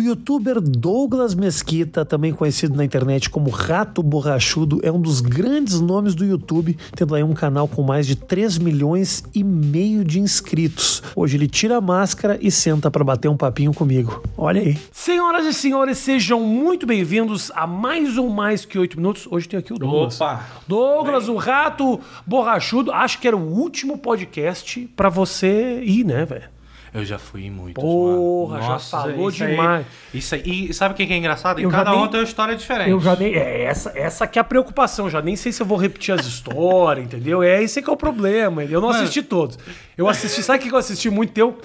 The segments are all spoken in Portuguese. youtuber Douglas Mesquita, também conhecido na internet como Rato Borrachudo, é um dos grandes nomes do YouTube, tendo aí um canal com mais de 3 milhões e meio de inscritos. Hoje ele tira a máscara e senta para bater um papinho comigo. Olha aí. Senhoras e senhores, sejam muito bem-vindos a mais um Mais Que 8 Minutos. Hoje tem aqui o Douglas. Opa. Douglas, o Rato Borrachudo. Acho que era o último podcast para você ir, né, velho? Eu já fui muito. Porra, mano. já falou aí- demais. isso aí. E sabe o que que é engraçado? Em Eu já cada nem- um tem uma história diferente. Eu já nem. É, essa, essa que é a preocupação. Já nem sei se eu vou repetir as histórias, entendeu? É esse que é o problema. Eu não Mano. assisti todos. Eu assisti. Sabe o que eu assisti muito teu?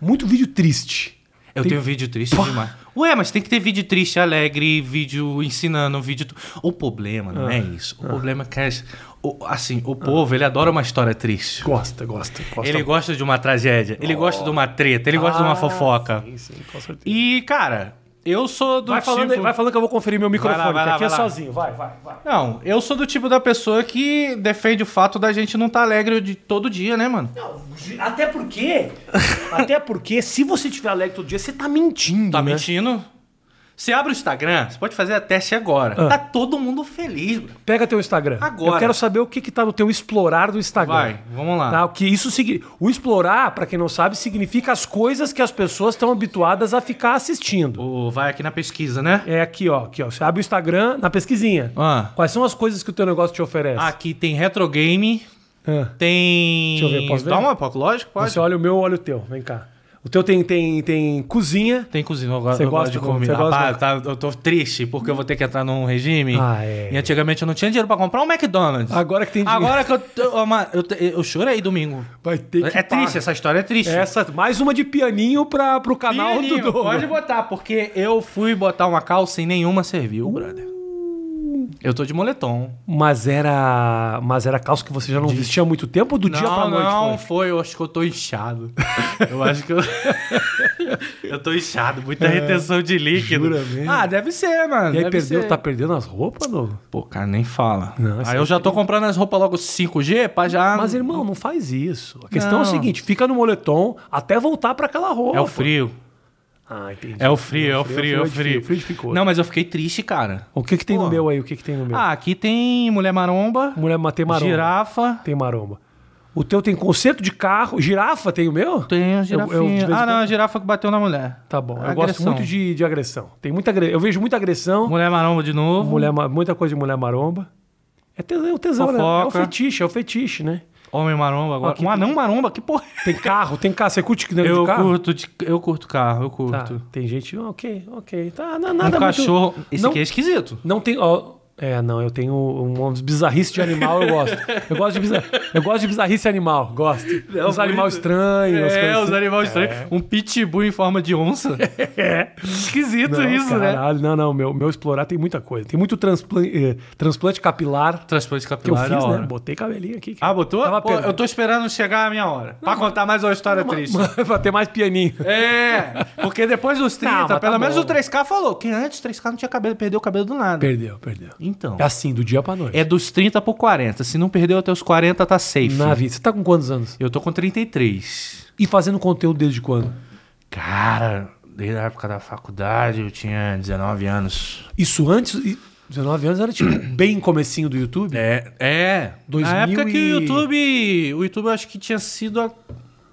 Muito vídeo triste. Eu tenho vídeo triste demais. Ué, mas tem que ter vídeo triste, alegre, vídeo ensinando, vídeo. tu- O problema não Ah, é isso. O problema é que. as- o- assim, o povo, ele adora uma história triste. Gosta, gosta, gosta. Ah, Ele gosta de uma tragédia, ele gosta de uma treta, ele gosta de uma fofoca. Sim, sim, com certeza. E, cara, eu sou do Vai tipo... falando, aí, vai falando que eu vou conferir meu microfone, Vai lá, vai que lá, aqui é vai lá. sozinho. Vai, vai, vai. Não, eu sou do tipo da pessoa que defende o fato da gente não estar alegre de todo dia, né, mano? Até porque. até porque, se você tiver alegre todo dia, você tá mentindo. Tá né? mentindo? Você abre o Instagram, você pode fazer a teste agora. Ah. Tá todo mundo feliz, bro. Pega teu Instagram. Agora. Eu quero saber o que, que tá no teu explorar do Instagram. Vai, vamos lá. Tá, o que isso signi- O explorar, pra quem não sabe, significa as coisas que as pessoas estão habituadas a ficar assistindo. Ô, vai aqui na pesquisa, né? É aqui, ó. Aqui, ó. Você abre o Instagram na pesquisinha. Ah. Quais são as coisas que o teu negócio te oferece? Aqui tem retro game, Ah. tem... Deixa eu ver, posso ver? Dá uma, pô, lógico, pode. Você olha o meu, olha o teu. Vem cá. O teu tem, tem, tem cozinha. Tem cozinha, eu gosto, Você eu gosto gosta de de- comer. você gosta Rapaz, de- tá- eu tô triste porque eu vou ter que entrar num regime. Ah, é. E antigamente eu não tinha dinheiro pra comprar um McDonald's. Agora que tem dinheiro. Agora que eu... tô- ó, mano, Eu, te- eu chorei domingo. Vai ter É triste, essa história é triste. Essa, mais uma de pianinho pra, pro canal Pianinho, do Douglas. Pode botar, porque eu fui botar uma calça e nenhuma serviu, brother. Eu tô de moletom. Mas era. Mas era calça que você já não vestia há muito tempo ou do dia pra Não, noite? não, foi? foi. Eu acho que eu tô inchado. eu acho que eu. eu tô inchado, muita retenção de líquido. jura mesmo? Ah, deve ser, mano. E aí deve perdeu, ser. é tá perdendo as roupas, Douglas? Pô, cara, nem fala. Não, isso aí eu já tô comprando as roupas logo 5G pra já. Mas, irmão, não faz isso. A questão é o Não. seguinte: fica no moletom até voltar pra aquela roupa. É o frio. Ah, entendi. É o frio, é o frio, é o frio. O frio ficou. Não, mas eu fiquei triste, cara. O que que tem no Pô. meu aí? O que que tem no meu? Ah, aqui tem mulher maromba, Mulher mas tem maromba. girafa. Tem maromba. O teu tem concerto de carro. Girafa tem o meu? Eu- Tem a eu, de girafinha. vez em ah, não, quando- a girafa que bateu na mulher. Tá bom. Eu Agressão. gosto muito de, de agressão. Tem muita agre- Eu vejo muita agressão. Mulher maromba de novo. Mulher, ma- muita coisa de mulher maromba. É tesão, é o tesão, né? É o Fofoca. fetiche, é o fetiche, né? Homem maromba agora. Aqui um tem- anão maromba, que porra. Tem carro, tem carro. Você curte que dentro Eu de carro? curto, de- eu curto carro, eu Tá, curto. tem gente, ok, ok. Tá, na- nada Um muito- cachorro. Esse não, aqui é esquisito. Não tem... ó, é, não, eu tenho um, uns bizarrice de animal, eu gosto. Eu gosto de, bizar, eu gosto de bizarrice animal, gosto. É os animais estranhos, as É, coisas os assim. animais estranhos. Um pitbull em forma de onça. É. Esquisito Não, Tipo isso, né? caralho, Não, não, meu, meu explorar tem muita coisa. Tem muito transplante, eh, transplante capilar Transplante que eu capilar é da fiz, né? hora. Botei cabelinho aqui. Ah, botou? Tava Pô, perdendo. eu tô esperando chegar a minha hora. pra contar mais uma história triste. pra ter mais pianinho. É, porque depois dos 30, Não, mas tá pelo menos bom. o 3K falou. Que antes o 3K não tinha cabelo, perdeu o cabelo do nada. Perdeu, perdeu. Então. É assim, do dia pra noite. É dos 30 pro 40. Se não perdeu até os 40, tá safe. Na vida. Você tá com quantos anos? Eu tô com 33. E fazendo conteúdo desde quando? Cara, desde a época da faculdade eu tinha 19 anos. Isso antes. e- 19 anos era tipo bem comecinho do YouTube? É, é. 2000 Na época que e- o YouTube. O YouTube eu acho que tinha sido. a-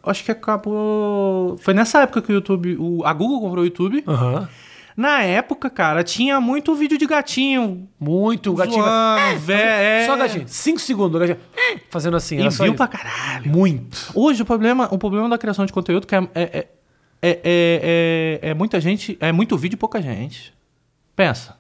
Acho que acabou. Foi nessa época que o YouTube. o- A Google comprou o YouTube. Aham. Na época, cara, tinha muito vídeo de gatinho. Muito, o gatinho. zoando, vé- é. Só gatinho. 5 segundos, o gatinho. Fazendo assim. E era só viu isso. pra caralho. Muito. Hoje o problema, o problema da criação de conteúdo que é, é, é, é, é- é muita gente, é muito vídeo e pouca gente. Pensa.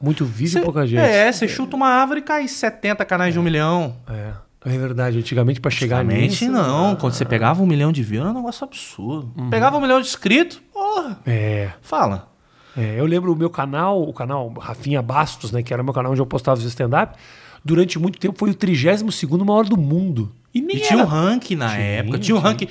Muito vídeo Cê- e pouca gente. É, você chuta uma árvore e cai 70 canais de um milhão. É. É verdade. Antigamente, pra chegar Realmente nisso- não. Quando você pegava um milhão de views, era um negócio absurdo. Uhum. Pegava um milhão de inscritos, porra. É. Fala. É, eu lembro o meu canal, o canal Rafinha Bastos, né? Que era o meu canal onde eu postava os stand-up. Durante muito tempo foi o 32 maior do mundo. E nem E tinha um era. ranking na época. Tinha um ranking.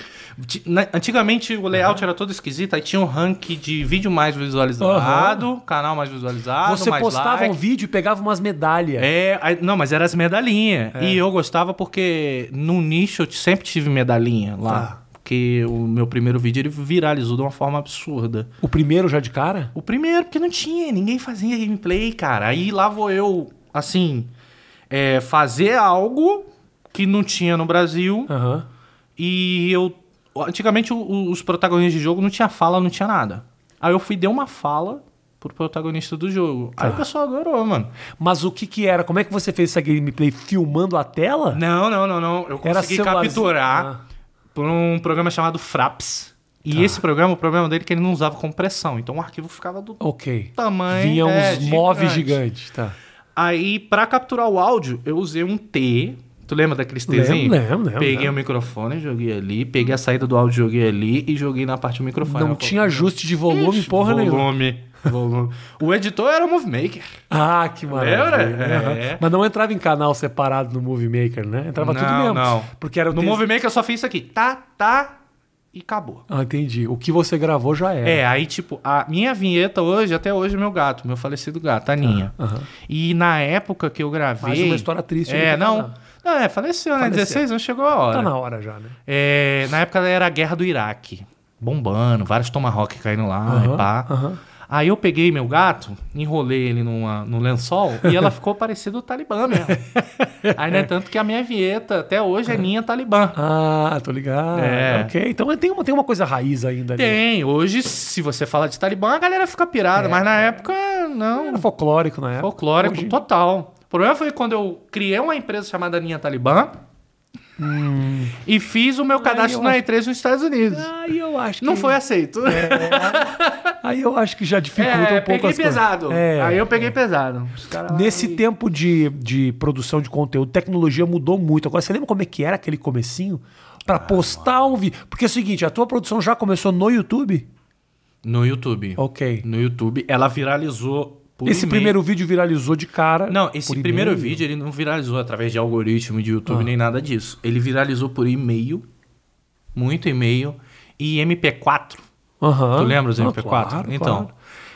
ti- na- Antigamente o layout era todo esquisito. Aí tinha um ranking de vídeo mais visualizado, canal mais visualizado. Você mais postava like. um vídeo e pegava umas medalhas. É, aí- não, mas É. Tá. era as medalhinhas. E eu gostava porque no nicho eu sempre tive medalhinha lá. Porque o meu primeiro vídeo ele viralizou de uma forma absurda. O primeiro já de cara? O primeiro, porque não tinha, ninguém fazia gameplay, cara. Aí lá vou eu, assim, é, fazer algo que não tinha no Brasil. Aham. E eu. Antigamente o- o- os protagonistas de jogo não tinha fala, não tinha nada. Aí eu fui dei uma fala pro protagonista do jogo. Tá. Aí o pessoal adorou, mano. Mas o que que era? Como é que você fez essa gameplay? Filmando a tela? Não, não, não, não. Eu Era consegui celularzinho. capturar Ah. por um programa chamado Fraps. E Tá. esse programa, o problema dele é que ele não usava compressão. Então o arquivo ficava do Ok. tamanho. Vinha é, uns móveis gigante. gigantes, tá. Aí, pra capturar o áudio, eu usei um T. Tu lembra daqueles Lembro, Tzinho? lembro, lembro, Peguei lembro. o microfone, joguei ali. Peguei a saída do áudio, joguei ali. E joguei na parte do microfone. Não Eu tinha ajuste de volume, Ixi, porra nenhuma. Volume. Volume. o editor era o Movie Maker. Ah, que maravilha. Lembra? Aham. É. Mas não entrava em canal separado no Movie Maker, né? Entrava tudo Não, mesmo. não. Porque era o No texto- Movie Maker eu só fiz isso aqui. Tá, tá e acabou. Ah, entendi. O que você gravou já era. É, aí tipo, a minha vinheta hoje, até hoje, é meu gato, meu falecido gato, a Ninha. Ah, aham. E na época que eu gravei... Mais uma história triste aí É, pra não... casar. Não, é, faleceu, né? Faleceu. 16 anos chegou a hora. Tá na hora já, né? É, na época era a guerra do Iraque. Bombando, vários tomahawk caindo lá, Aham, e pá. aham. Aí eu peguei meu gato, enrolei ele numa, num lençol e ela ficou parecida o Talibã mesmo. Aí não é tanto que a minha vinheta até hoje é Ninha Talibã. Ah, tô ligado. É. Ok. Então tem uma, tem uma coisa raiz ainda ali. Tem, hoje se você fala de Talibã a galera fica É, pirada, mas na época não. Era folclórico na época. É Folclórico Hoje- total. O problema foi quando eu criei uma empresa chamada Ninha Talibã e fiz o meu cadastro Hum. eu na acho- Ah, E3 nos Estados Unidos. Aí eu acho que. Não foi aceito. Aí eu acho que já dificulta É, um pouco peguei as coisas. pesado. É. Aí eu peguei pesado. Os caras lá- Nesse tempo de, de produção de conteúdo, tecnologia mudou muito. Agora, você lembra como é que era aquele comecinho? Ah, Pra postar um vídeo. Porque é o seguinte, a tua produção já começou no YouTube? No YouTube. Ok. No YouTube, ela viralizou por Esse e-mail. primeiro vídeo viralizou de cara. Não, esse por primeiro e-mail. Ah. vídeo ele não viralizou através de algoritmo de YouTube nem nada disso. Ele viralizou por e-mail, muito e-mail e MP4. Aham. Tu lembra os Ah, MP4? claro, então. claro.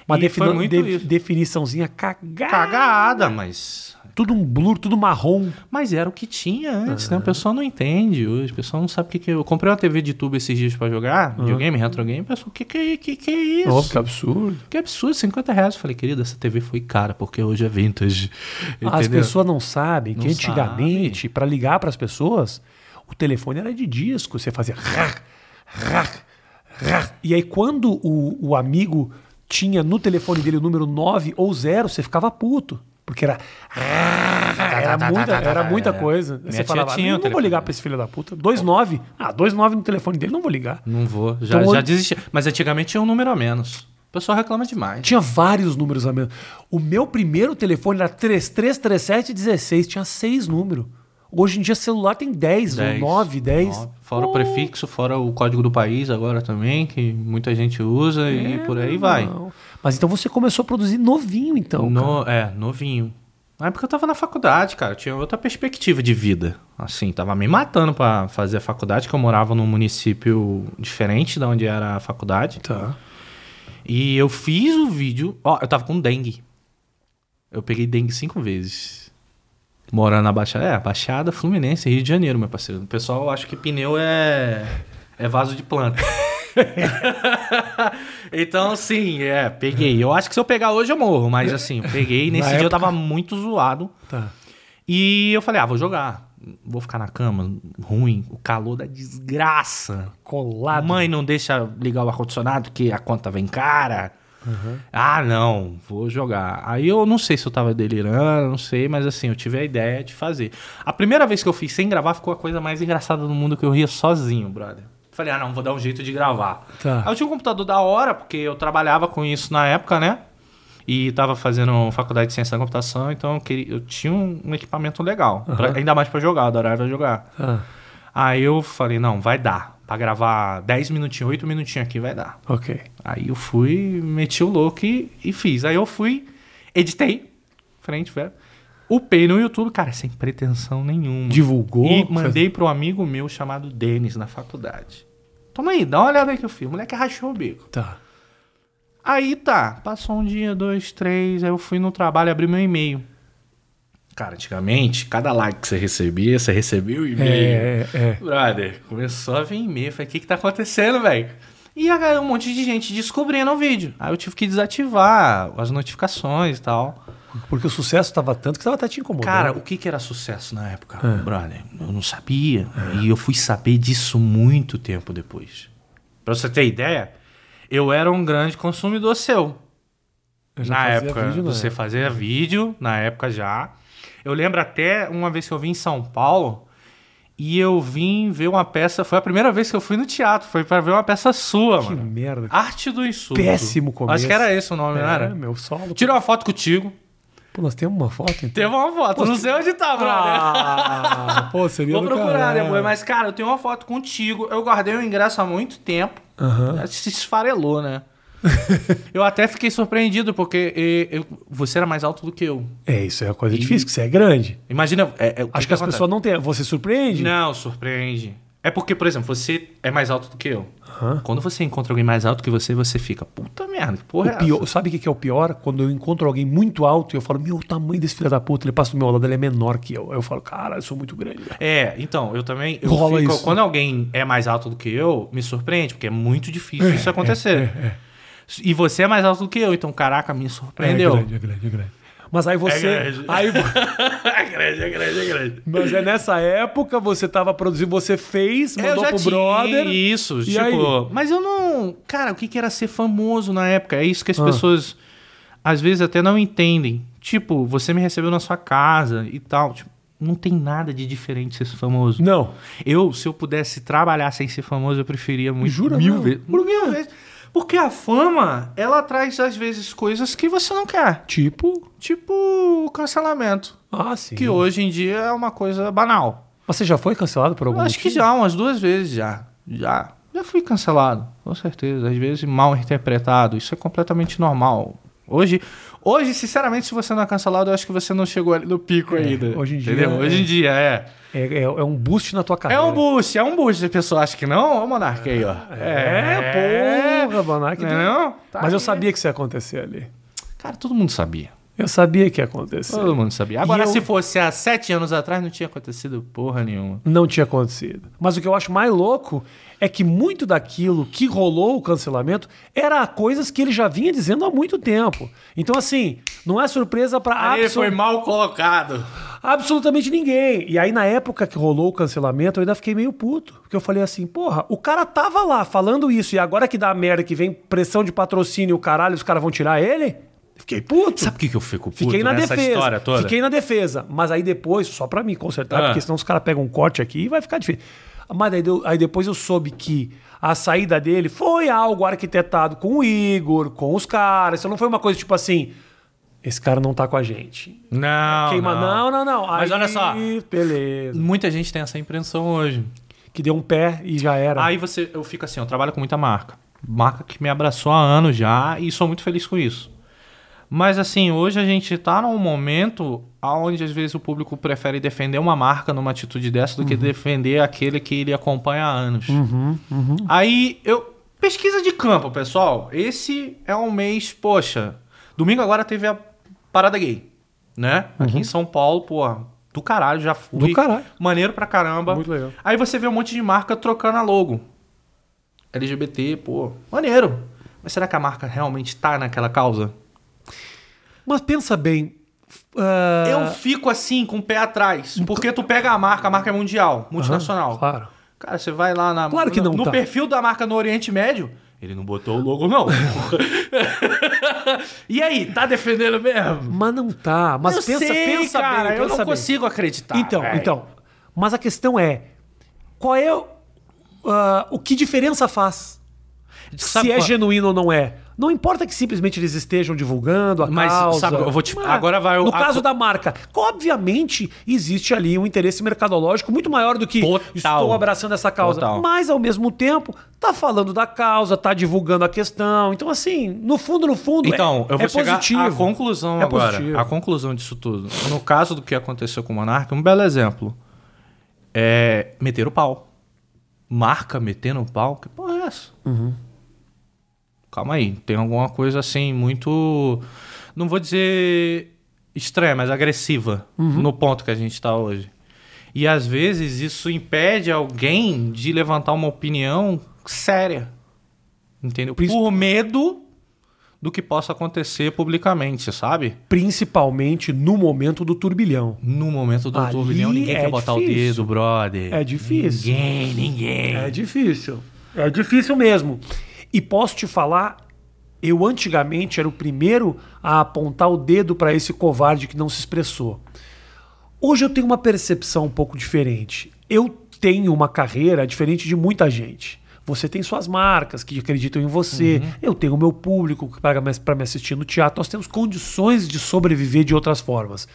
Uma E defini- foi muito de- isso. definiçãozinha cagada. Ah. Cagada, mas Tudo um blur, tudo marrom. Mas era o que tinha antes, né? O pessoal não entende hoje, o pessoal não sabe o que, que é. Eu comprei uma TV de tubo esses dias pra jogar, videogame, retro game, o pessoal, o que, que, é- que, que é isso? Óbvio, que absurdo. Que absurdo, 50 reais. Eu falei, querida, essa TV foi cara, porque hoje é vintage. As entendeu? pessoas não sabem que Não antigamente, pra ligar pras pessoas, o telefone era de disco. Você fazia. rá, rá, rá. E aí, quando o, o amigo tinha no telefone dele o número 9 ou 0, você ficava puto. Porque era. Era muita, era muita coisa. Minha Você tia falava, tinha não o vou telefone ligar dela." pra esse filho da puta. 2,9. Ah, 2,9 no telefone dele, não vou ligar. Não vou, já, Então, já hoje- desisti. Mas antigamente tinha um número a menos. O pessoal reclama demais. Tinha vários números a menos. O meu primeiro telefone era 333716, tinha seis números. Hoje em dia celular tem 10, Dez, 9, 10. nove. Fora o prefixo, fora o código do país agora também, que muita gente usa É, e por aí vai. Não. Mas então você começou a produzir novinho, então. cara. No, é, novinho. Na época eu tava na faculdade, cara. Eu tinha outra perspectiva de vida. Assim, tava me matando pra fazer a faculdade, que eu morava num município diferente da onde era a faculdade. Tá. E eu fiz o vídeo. Ó, eu tava com dengue. Eu peguei dengue cinco vezes. Morando na Baixada. É, Baixada Fluminense, Rio de Janeiro, meu parceiro. O pessoal acha que pneu é. É vaso de planta. então, assim, é, peguei. Eu acho que se eu pegar hoje eu morro, mas assim, eu peguei. Nesse Na dia eu época- tava muito zoado. Tá. E eu falei, ah, vou jogar. Vou ficar na cama, ruim, o calor da desgraça. A Colado. mãe não deixa ligar o ar-condicionado que a conta vem cara. Ah, não, vou jogar. Aí eu não sei se eu tava delirando, não sei, mas assim, eu tive a ideia de fazer. A primeira vez que eu fiz sem gravar ficou a coisa mais engraçada do mundo que eu ria sozinho, brother. Falei, ah, não, vou dar um jeito de gravar. Tá. Aí eu tinha um computador da hora, porque eu trabalhava com isso na época, né? E tava fazendo faculdade de ciência da computação, então eu, queria- eu tinha um, um equipamento legal. pra- ainda mais pra jogar, eu adorava jogar. Ah, Aí eu falei, não, vai dar. Pra gravar 10 minutinhos, 8 minutinhos aqui, vai dar. ok. Aí eu fui, meti o louco e, e fiz. Aí eu fui, editei, frente, velho. Upei no YouTube, cara, sem pretensão nenhuma. Divulgou. E fez- mandei pro amigo meu chamado Denis, na faculdade. Toma aí, dá uma olhada aí que eu fiz. O moleque rachou o bico. Tá. Aí tá, passou um dia, dois, três, aí eu fui no trabalho abri meu e-mail. Cara, antigamente, cada like que você recebia, você recebia o e-mail. É, é. Brother, começou a vir e-mail. Falei, o que, que tá acontecendo, velho? E aí, um monte de gente descobrindo o vídeo. Aí eu tive que desativar as notificações e tal. Porque o sucesso tava tanto que tava até te incomodando. Cara, o que, que era sucesso na época, brother? Eu não sabia. E eu fui saber disso muito tempo depois. Pra você ter ideia, eu era um grande consumidor seu. Eu já Na fazia época, vídeo na você época. fazia vídeo, na época já. Eu lembro até uma vez que eu vim em São Paulo e eu vim ver uma peça. Foi a primeira vez que eu fui no teatro, foi pra ver uma peça sua, Que mano. merda. Arte do Insulto. Péssimo começo. Acho que era esse o nome, né? Ah, não É, era? meu solo. Tirei uma foto contigo. Pô, nós temos uma foto, então. Teve uma foto, não sei onde tá, brother. Ah, pô, seria Vou do procurar caralho. depois, mas cara, eu tenho uma foto contigo. Eu guardei o ingresso há muito tempo. Aham. Se esfarelou, né? eu até fiquei surpreendido, porque eh, eu- você era mais alto do que eu. É, isso é uma coisa difícil, que você é grande. Imagina. é- é- o Acho que as acontece? pessoas não têm. Você surpreende? Não, surpreende. É porque, por exemplo, você é mais alto do que eu. Aham. Quando você encontra alguém mais alto que você, você fica, puta merda, que porra. é O essa?" pior, sabe o que que é o pior? Quando eu encontro alguém muito alto e eu falo, meu, o tamanho desse filho da puta, ele passa do meu lado, ele é menor que eu. Aí eu falo, cara, eu sou muito grande. velho." É, então, eu também. Eu Rola fico- isso. Quando alguém é mais alto do que eu, me surpreende, porque é muito difícil isso acontecer. é, E você é mais alto do que eu, então, caraca, me surpreendeu. É grande, é grande, é grande. Mas aí você. grande. aí, vo- É grande, é grande, é grande. mas é nessa época você tava produzindo, você fez, Eu mandou já pro tinha brother. isso, E tipo... aí? Mas eu não... Cara, o que que era ser famoso na época? É isso que Ah. as pessoas, às vezes, até não entendem. Tipo, você me recebeu na sua casa e tal. Tipo, não tem nada de diferente ser famoso. Não. Eu, se eu pudesse trabalhar sem ser famoso, eu preferia muito. Jura Mil não? vezes. Por mil vezes. Porque a fama, ela traz, às vezes, coisas que você não quer. Tipo. Tipo, cancelamento. Ah, sim. Que hoje em dia é uma coisa banal. Mas você já foi cancelado por algum Eu acho que motivo? já, umas duas vezes já. Já. Já fui cancelado, com certeza. Às vezes mal interpretado. Isso é completamente normal. Hoje, hoje sinceramente, se você não é cancelado, eu acho que você não chegou ali no pico ainda. hoje em dia, Entendeu? é. É, Hoje em dia, é. É, é- é um boost na tua É carreira. um boost, é um boost. A pessoa acha que não, ô Monark aí, ó. É, porra, Monark. Não, é não? é, Tá Mas eu aí. sabia que isso ia acontecer ali. Cara, todo mundo sabia. Eu sabia que ia acontecer. Todo mundo sabia. Agora, eu- se fosse há sete anos atrás, não tinha acontecido porra nenhuma. Não tinha acontecido. Mas o que eu acho mais louco é que muito daquilo que rolou o cancelamento era coisas que ele já vinha dizendo há muito tempo. Então, assim, não é surpresa pra Aí absolu- foi mal colocado. absolutamente ninguém. E aí, na época que rolou o cancelamento, eu ainda fiquei meio puto. Porque eu falei assim, porra, o cara tava lá falando isso e agora que dá merda, que vem pressão de patrocínio, o caralho, os caras vão tirar ele? Fiquei puto. Sabe o que, que eu fico puto Fiquei na nessa defesa. história toda? Fiquei na defesa. Mas aí depois, só pra me consertar, Ah. porque senão os caras pegam um corte aqui e vai ficar difícil. Mas aí, deu- aí depois eu soube que a saída dele foi algo arquitetado com o Igor, com os caras. Então não foi uma coisa tipo assim. Esse cara não tá com a gente. Não. Queima, não, não, não. Mas Aí, olha só. Beleza. Muita gente tem essa impressão hoje. Que deu um pé e já era. Aí você, eu fico assim, eu trabalho com muita marca. Marca que me abraçou há anos já e sou muito feliz com isso. Mas assim, hoje a gente tá num momento onde às vezes o público prefere defender uma marca numa atitude dessa do que Uhum. defender aquele que ele acompanha há anos. uhum. Aí eu. Pesquisa de campo, pessoal. Esse é um mês, poxa. Domingo agora teve a parada gay, né? Aqui em São Paulo, pô, do caralho, já fui. Uhum. Do caralho. Maneiro pra caramba. Muito legal. Aí você vê um monte de marca trocando a logo. LGBT, pô, maneiro. Mas será que a marca realmente tá naquela causa? Mas pensa bem. ah, Eu fico assim, com o pé atrás. Porque tu pega a marca, a marca é mundial, multinacional. Então- Claro. Cara, você vai lá na, Claro que na- não no tá. perfil da marca no Oriente Médio. Ele não botou o logo, não. e aí, tá defendendo mesmo? Mas não tá. Mas eu pensa, sei, pensa cara, bem. Eu pensa bem. não consigo acreditar. Então, velho. então. Mas a questão é: qual é o- ah, o que diferença faz? Sabe se é qual- genuíno ou não é. Não importa que simplesmente eles estejam divulgando a Mas, causa. sabe, eu vou te- Mas, agora vai o- No a- caso da marca, obviamente existe ali um interesse mercadológico muito maior do que Total. estou abraçando essa causa. Total. Mas ao mesmo tempo, tá falando da causa, tá divulgando a questão. Então assim, no fundo, no fundo, Então, é, eu vou é chegar positivo. à conclusão É agora. positivo. A conclusão disso tudo. No caso do que aconteceu com o Monark, um belo exemplo. É meter o pau. Marca metendo o pau? Que porra é essa? Uhum. Calma aí. Tem alguma coisa assim muito... Não vou dizer estranha, mas agressiva no ponto que a gente está hoje. E às vezes isso impede alguém de levantar uma opinião séria. Entendeu? Pris- Por medo do que possa acontecer publicamente, sabe? Principalmente no momento do turbilhão. No momento do Ali turbilhão, ninguém é quer botar o difícil. dedo, brother. É difícil. Ninguém, ninguém. É difícil. É difícil mesmo. E posso te falar, eu antigamente era o primeiro a apontar o dedo para esse covarde que não se expressou. Hoje eu tenho uma percepção um pouco diferente. Eu tenho uma carreira diferente de muita gente. Você tem suas marcas que acreditam em você. Eu tenho o meu público que paga para me assistir no teatro. Nós temos condições de sobreviver de outras formas.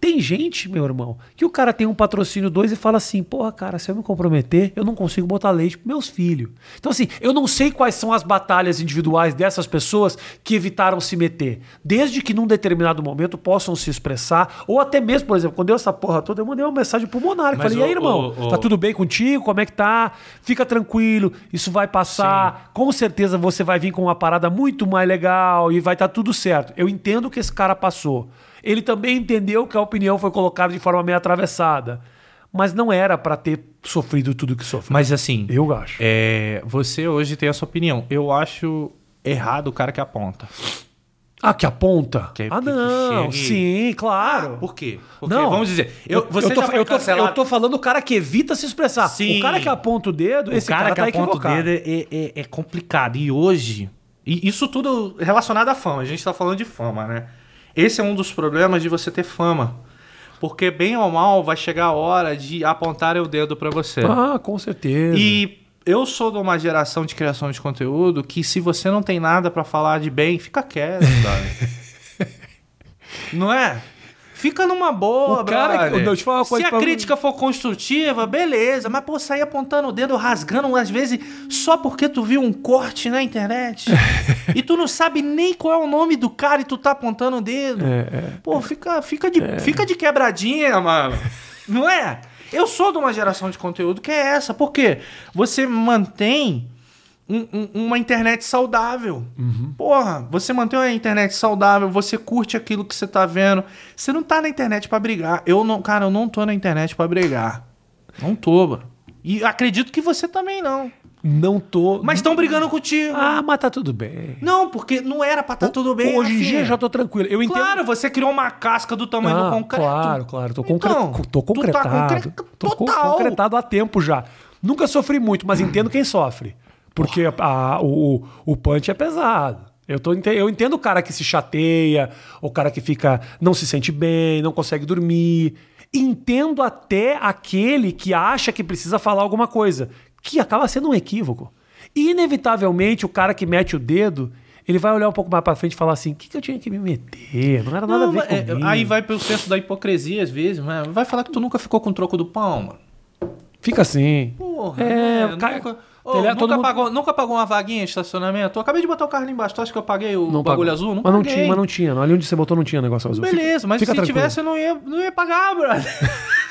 Tem gente, meu irmão, que o cara tem um patrocínio dois e fala assim: porra, cara, se eu me comprometer, eu não consigo botar leite pros meus filhos. Então, assim, eu não sei quais são as batalhas individuais dessas pessoas que evitaram se meter. Desde que num determinado momento possam se expressar, ou até mesmo, por exemplo, quando deu essa porra toda, eu mandei uma mensagem pro Monarca. Mas Falei: e aí, o- irmão, o- o- tá tudo bem contigo? Como é que tá? Fica tranquilo, isso vai passar. Com certeza você vai vir com uma parada muito mais legal e vai estar tudo certo. Eu entendo o que esse cara passou. Ele também entendeu que a opinião foi colocada de forma meio atravessada. Mas não era pra ter sofrido tudo que sofreu. Mas assim, Eu acho. é, você hoje tem a sua opinião. Eu acho errado o cara que aponta. Ah, que aponta? Que- ah, que- que não. chega e- Sim, claro. Por quê? Porque, Não. vamos dizer, eu, você eu tô, já foi eu, tô, cancelado. eu tô falando o cara que evita se expressar. Sim. O cara que aponta o dedo, esse cara, tá equivocado. é, é- é complicado. E hoje, e isso tudo relacionado à fama. A gente tá falando de fama, né? Esse é um dos problemas de você ter fama. Porque bem ou mal vai chegar a hora de apontar o dedo pra você. Ah, com certeza. é- E eu sou de uma geração de criação de conteúdo que se você não tem nada pra falar de bem, fica quieto, brother. não é? Fica numa boa, O cara que- brother. Deixa eu te falar uma coisa se a pra- crítica for construtiva, beleza. Mas, pô, sair apontando o dedo, rasgando, às vezes, só porque tu viu um corte na internet. e tu não sabe nem qual é o nome do cara e tu tá apontando o É, dedo. Pô, fica, fica, de, fica de quebradinha, mano. Não é? Eu sou de uma geração de conteúdo que é essa. Por quê? Você mantém um- um- uma internet saudável. Uhum. Porra, você mantém uma internet saudável, você curte aquilo que você tá vendo. Você não tá na internet pra brigar. Eu não, cara, eu não tô na internet pra brigar. Não tô, mano. E acredito que você também não. Não tô. Mas estão brigando contigo. Ah, mas tá tudo bem. Não, porque não era pra tá tudo bem. Hoje em Rafinha. dia já tô tranquilo. Eu entendo. Claro, você criou uma casca do tamanho Ah, do concreto. Claro, claro. Tô, concre... Então, co- tô tu tá concretado. concre- Tô co- total. concretado há tempo já. Nunca sofri muito, mas entendo quem sofre. Porque a- o, o, o punch é pesado. Eu, tô, ente- eu entendo o cara que se chateia, o cara que fica não se sente bem, não consegue dormir. Entendo até aquele que acha que precisa falar alguma coisa, que acaba sendo um equívoco. E, inevitavelmente, o cara que mete o dedo, ele vai olhar um pouco mais pra frente e falar assim: o que, que eu tinha que me meter? Não era nada Não, a ver é, comigo. aí vai pro senso da hipocrisia às vezes, mas vai falar que tu nunca ficou com o troco do pão, mano. Fica assim. Porra, É, né? o cara- nunca, Ô, telhado, nunca todo mundo- pagou, nunca pagou uma vaguinha de estacionamento? Eu acabei de botar o carro ali embaixo, tu acha que eu paguei o bagulho pagou. azul? Nunca mas não paguei. tinha, mas não tinha. Ali onde você botou não tinha negócio azul. Fica- Beleza, mas fica se tranquilo. tivesse eu não ia, não ia pagar, brother.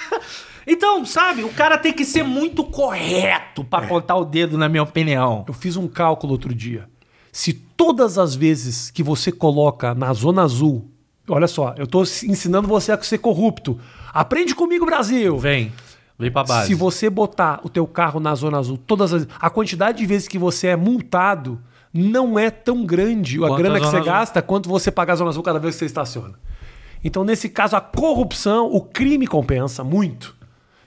então, sabe, o cara tem que ser muito correto É. pra apontar o dedo, na minha opinião. Eu fiz um cálculo outro dia. Se todas as vezes que você coloca na zona azul, olha só, eu tô ensinando você a ser corrupto. Aprende comigo, Brasil! Vem, vem pra base. Se você botar o teu carro na zona azul todas as a quantidade de vezes que você é multado não é tão grande a Quanto grana a que você zona azul. gasta quanto você pagar a zona azul cada vez que você estaciona. Então nesse caso a corrupção, o crime compensa muito.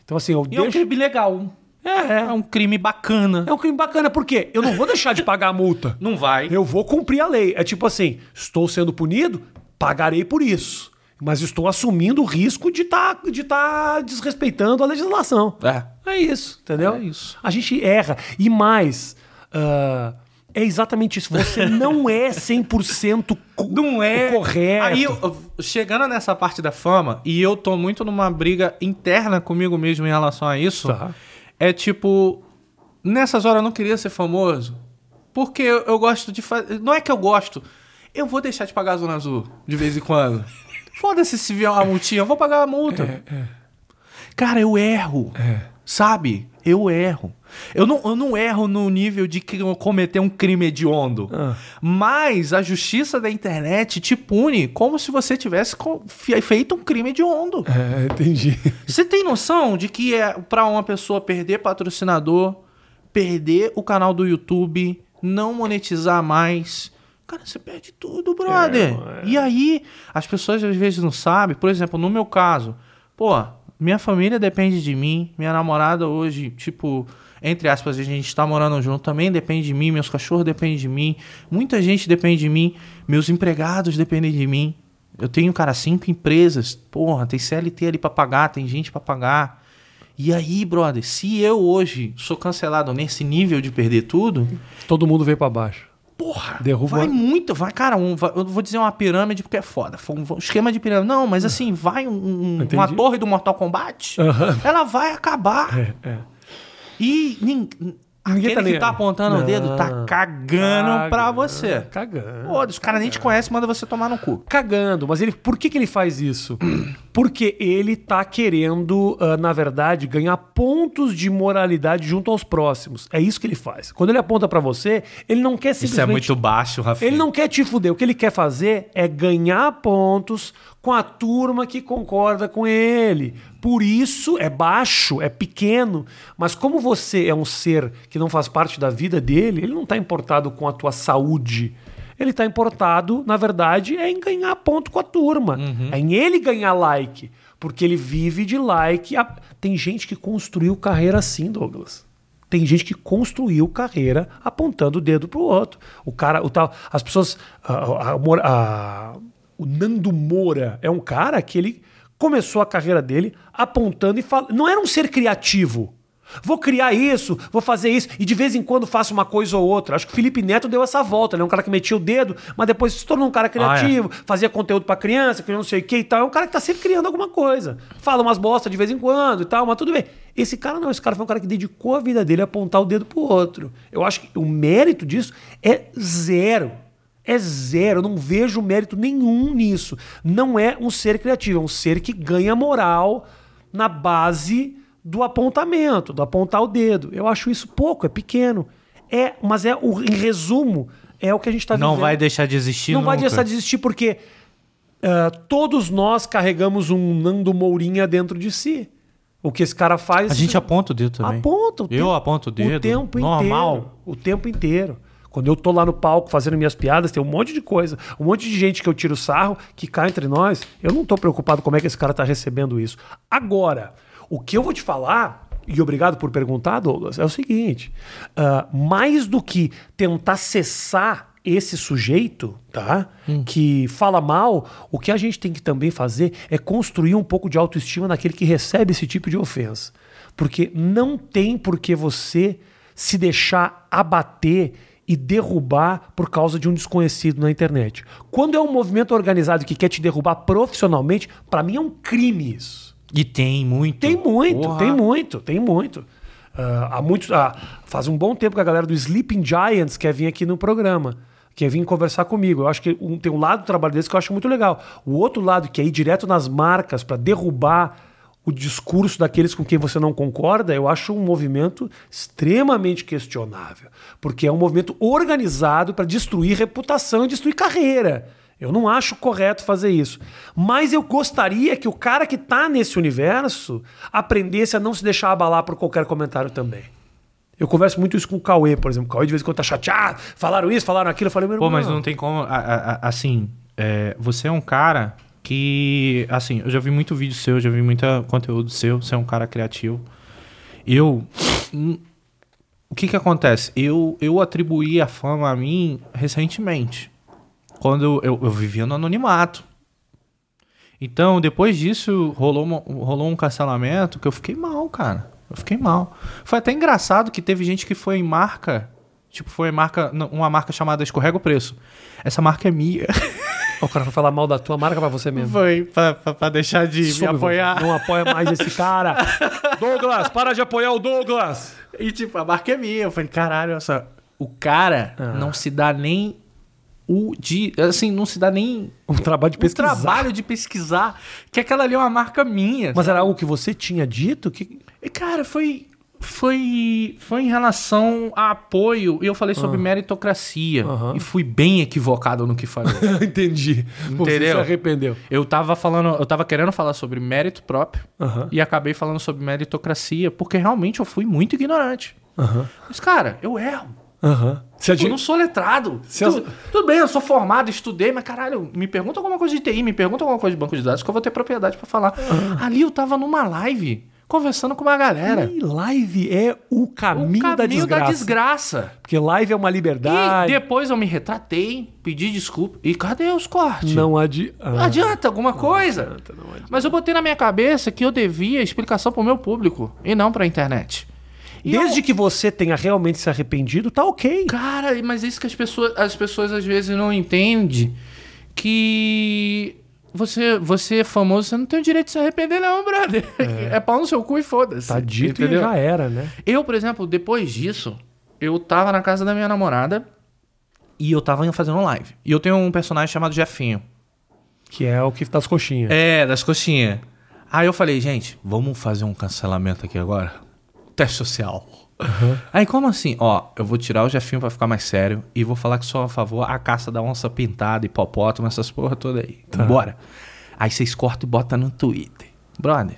Então assim, eu E é um deixo crime legal. É, É um crime bacana. É um crime bacana, por quê? Eu não vou deixar de pagar a multa. Não vai. Eu vou cumprir a lei. É tipo assim, estou sendo punido, pagarei por isso. Mas estou assumindo o risco de estar de tá desrespeitando a legislação. É. É isso, entendeu? É isso. A gente erra. E mais, ah, é exatamente isso. Você não é 100% co- Não é. correto. Aí, eu- eu- chegando nessa parte da fama, e eu tô muito numa briga interna comigo mesmo em relação a isso, Tá. é tipo, nessas horas eu não queria ser famoso, porque eu, eu gosto de fazer... Não é que eu gosto, eu vou deixar de pagar a Zona Azul de vez em quando. Foda-se É, É. se vier uma multinha, eu vou pagar a multa. Cara, eu erro, sabe? eu erro. Eu não, eu não erro no nível de que eu cometer um crime hediondo. Ah. Mas a justiça da internet te pune como se você tivesse co- fe- feito um crime hediondo. É, entendi. Você tem noção de que é para uma pessoa perder patrocinador, perder o canal do YouTube, não monetizar mais? Cara, você perde tudo, É, brother. E aí, as pessoas às vezes não sabem. Por exemplo, no meu caso, pô, minha família depende de mim, minha namorada hoje, tipo, entre aspas, a gente tá morando junto também depende de mim, meus cachorros dependem de mim, muita gente depende de mim, meus empregados dependem de mim. Eu tenho, cara, cinco empresas. Porra, tem CLT ali pra pagar, tem gente pra pagar. E aí, brother, se eu hoje sou cancelado nesse nível de perder tudo, Todo mundo veio pra baixo. porra, Derruba- vai muito, vai, cara, um, vai- eu vou dizer uma pirâmide porque é foda. Foi um, um esquema de pirâmide. Não, mas assim, vai um- um- uma Entendi. torre do Mortal Kombat, Aham. ela vai acabar. É, é. E nin, aquele tá que ligado. tá apontando o dedo tá Não. cagando pra Cagando. você. Cagando. Pô, os caras nem te conhecem, manda você tomar no cu. cagando. Mas ele, por que, que ele faz isso? Porque ele tá querendo, ah, na verdade, ganhar pontos de moralidade junto aos próximos. É isso que ele faz. Quando ele aponta pra você, ele não é quer simplesmente... baixo, Rafael. Ele não quer te fuder. O que ele quer fazer é ganhar pontos com a turma que concorda com ele. Por isso é baixo, é pequeno. Mas como você é um ser que não faz parte da vida dele, ele não está importado com a tua saúde. Ele está importado, na verdade, é em ganhar ponto com a turma. É em ele ganhar like. Porque ele vive de like. Ah, Tem gente que construiu carreira assim, Douglas. Tem gente que construiu carreira apontando o dedo pro outro. O cara, o tal, as pessoas, a- a- Moura- a- o Nando Moura é um cara que ele começou a carreira dele apontando e falando. Não era um ser criativo. Vou criar isso, vou fazer isso, e de vez em quando faço uma coisa ou outra. Acho que o Felipe Neto deu essa volta, ele é um cara que metia o dedo, mas depois se tornou um cara criativo, fazia conteúdo pra criança, que não sei o que e tal. É um cara que tá sempre criando alguma coisa. Fala umas bosta de vez em quando e tal, mas tudo bem. Esse cara não, esse cara foi um cara que dedicou a vida dele a apontar o dedo pro outro. Eu acho que o mérito disso é zero. É zero, eu não vejo mérito nenhum nisso. Não é um ser criativo, é um ser que ganha moral na base do apontamento, do apontar o dedo. Eu acho isso pouco, é pequeno. É, mas é o, em resumo, é o que a gente está vivendo. Não é vai deixar de existir Não vai nunca. deixar de existir porque ah, todos nós carregamos um Nando Mourinha dentro de si. O que esse cara faz... A gente aponta o dedo também. Aponta o Eu aponto o dedo. O tempo Normal. inteiro. O tempo inteiro. Quando eu tô lá no palco fazendo minhas piadas, tem um monte de coisa. Um monte de gente que eu tiro sarro, que cai entre nós. Eu não tô preocupado como é que esse cara tá recebendo isso. Agora, o que eu vou te falar, e obrigado por perguntar, Douglas, é o seguinte: ah, mais do que tentar cessar esse sujeito, tá? Hum. Que fala mal, o que a gente tem que também fazer é construir um pouco de autoestima naquele que recebe esse tipo de ofensa. Porque não tem por que você se deixar abater e derrubar por causa de um desconhecido na internet. Quando é um movimento organizado que quer te derrubar profissionalmente, pra mim é um crime isso. E tem muito. Tem muito, Porra. tem muito, tem muito. Ah, há muito ah, faz um bom tempo que a galera do Sleeping Giants quer vir aqui no programa. Quer vir conversar comigo. Eu acho que um- tem um lado do trabalho deles que eu acho muito legal. O outro lado, que é ir direto nas marcas pra derrubar o discurso daqueles com quem você não concorda, eu acho um movimento extremamente questionável. Porque é um movimento organizado pra destruir reputação e destruir carreira. Eu não acho correto fazer isso. Mas eu gostaria que o cara que tá nesse universo aprendesse a não se deixar abalar por qualquer comentário também. Eu converso muito isso com o Cauê, por exemplo. O Cauê de vez em quando tá chateado, falaram isso, falaram aquilo. Eu falei, meu Pô, irmão. mas não tem como. a- a- a- assim, é, você é um cara que. Assim, eu já vi muito vídeo seu, já vi muito conteúdo seu. Você é um cara criativo. Eu. hum, O que que acontece? Eu, eu atribuí a fama a mim recentemente. Quando eu, eu vivia no anonimato. Então, depois disso, rolou, uma- rolou um cancelamento que eu fiquei mal, cara. Eu fiquei mal. Foi até engraçado que teve gente que foi em marca. Tipo, foi em marca, não, uma marca chamada Escorrega o Preço. Essa marca é minha. O cara vai falar mal da tua marca pra você mesmo. Foi pra, pra- pra deixar de Soube, me apoiar. Não apoia mais esse cara. Douglas, para de apoiar o Douglas. E tipo, a marca é minha. Eu falei, caralho, essa... o cara Ah. não se dá nem o de. Assim, não se dá nem Um trabalho de o pesquisar. trabalho de pesquisar que aquela ali é uma marca minha. Mas era algo que você tinha dito? Que... E, cara, foi. Foi, foi em relação a apoio, e eu falei sobre meritocracia. Ah. Aham. E fui bem equivocado no que falei. Entendi. Pô, Você se Entendeu? arrependeu. Eu tava falando, eu tava querendo falar sobre mérito próprio Aham. e acabei falando sobre meritocracia, porque realmente eu fui muito ignorante. Aham. Mas, cara, eu erro. Aham. Você Eu adi- não sou letrado. Se Tu- as- Tudo bem, eu sou formado, estudei, mas caralho, me pergunta alguma coisa de TI, me pergunta alguma coisa de banco de dados que eu vou ter propriedade pra falar. Ali eu tava numa live conversando com uma galera. E live é o O caminho, da, desgraça. desgraça. Porque live é uma E liberdade. depois eu me retratei, pedi desculpa. E cadê os cortes? Não adi... ah. Adianta alguma coisa? Mas eu botei na minha cabeça que eu devia explicação pro meu público e não pra internet. E Desde eu- que você tenha realmente se arrependido, tá ok. Cara, mas isso que as pessoas, as pessoas às vezes não entendem. Que você, você é famoso, você não tem o direito de se arrepender, não, brother. É, pau no seu cu e foda-se. Tá dito e entendeu? já era, né? Eu, por exemplo, depois disso, eu tava na casa da minha namorada e eu tava fazendo live. E eu tenho um personagem chamado Jefinho. Que é o que das coxinhas. É, das coxinhas. Aí eu falei, gente, vamos fazer um cancelamento aqui agora? Teste social. Aí como assim? Ó, eu vou tirar o Jefinho pra ficar mais sério e vou falar que sou a favor a caça da onça pintada, hipopótamo, essas porra toda aí. Bora. Aí vocês cortam e botam no Twitter. Brother.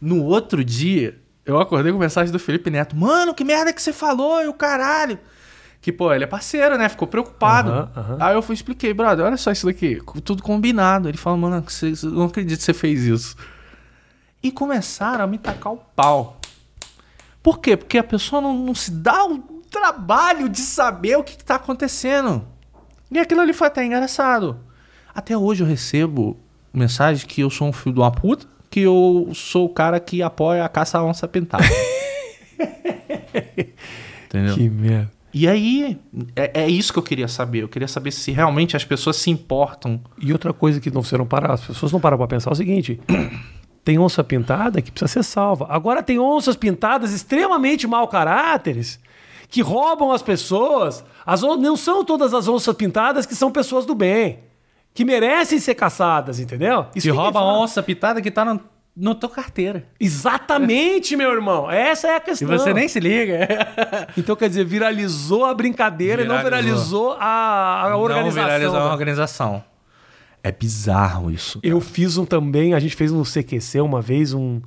No outro dia, eu acordei com mensagem do Felipe Neto. Mano, que merda que você falou, e o caralho. Que, pô, ele é parceiro, né? Ficou preocupado. Aham, aham. Aí eu fui expliquei, brother, olha só isso daqui. co- Tudo combinado. Ele falou, mano, que você- eu não acredito que você fez isso. E começaram a me tacar o pau. Por quê? Porque a pessoa não, não se dá o trabalho de saber o que, que tá acontecendo. E aquilo ali foi até engraçado. Até hoje eu recebo mensagem que eu sou um filho de uma puta, que eu sou o cara que apoia a caça à onça pintada. Entendeu? Que merda. E aí, é, é isso que eu queria saber. Eu queria saber se realmente as pessoas se importam. E outra coisa que não, você não para, as pessoas não param pra pensar é o seguinte: tem onça pintada que precisa ser salva. Agora tem onças pintadas extremamente mau caráteres que roubam as pessoas. As on- não são todas as onças pintadas que são pessoas do bem, que merecem ser caçadas, entendeu? Isso Se ninguém rouba a fala. onça pitada que tá na, na tua carteira. Exatamente, meu irmão. Essa é a E questão. você nem se liga. Então, quer dizer, viralizou a brincadeira e não Viralizou. viralizou a, a organização. a né? organização. É bizarro isso. Eu fiz um também, a gente fez um CQC uma vez, um.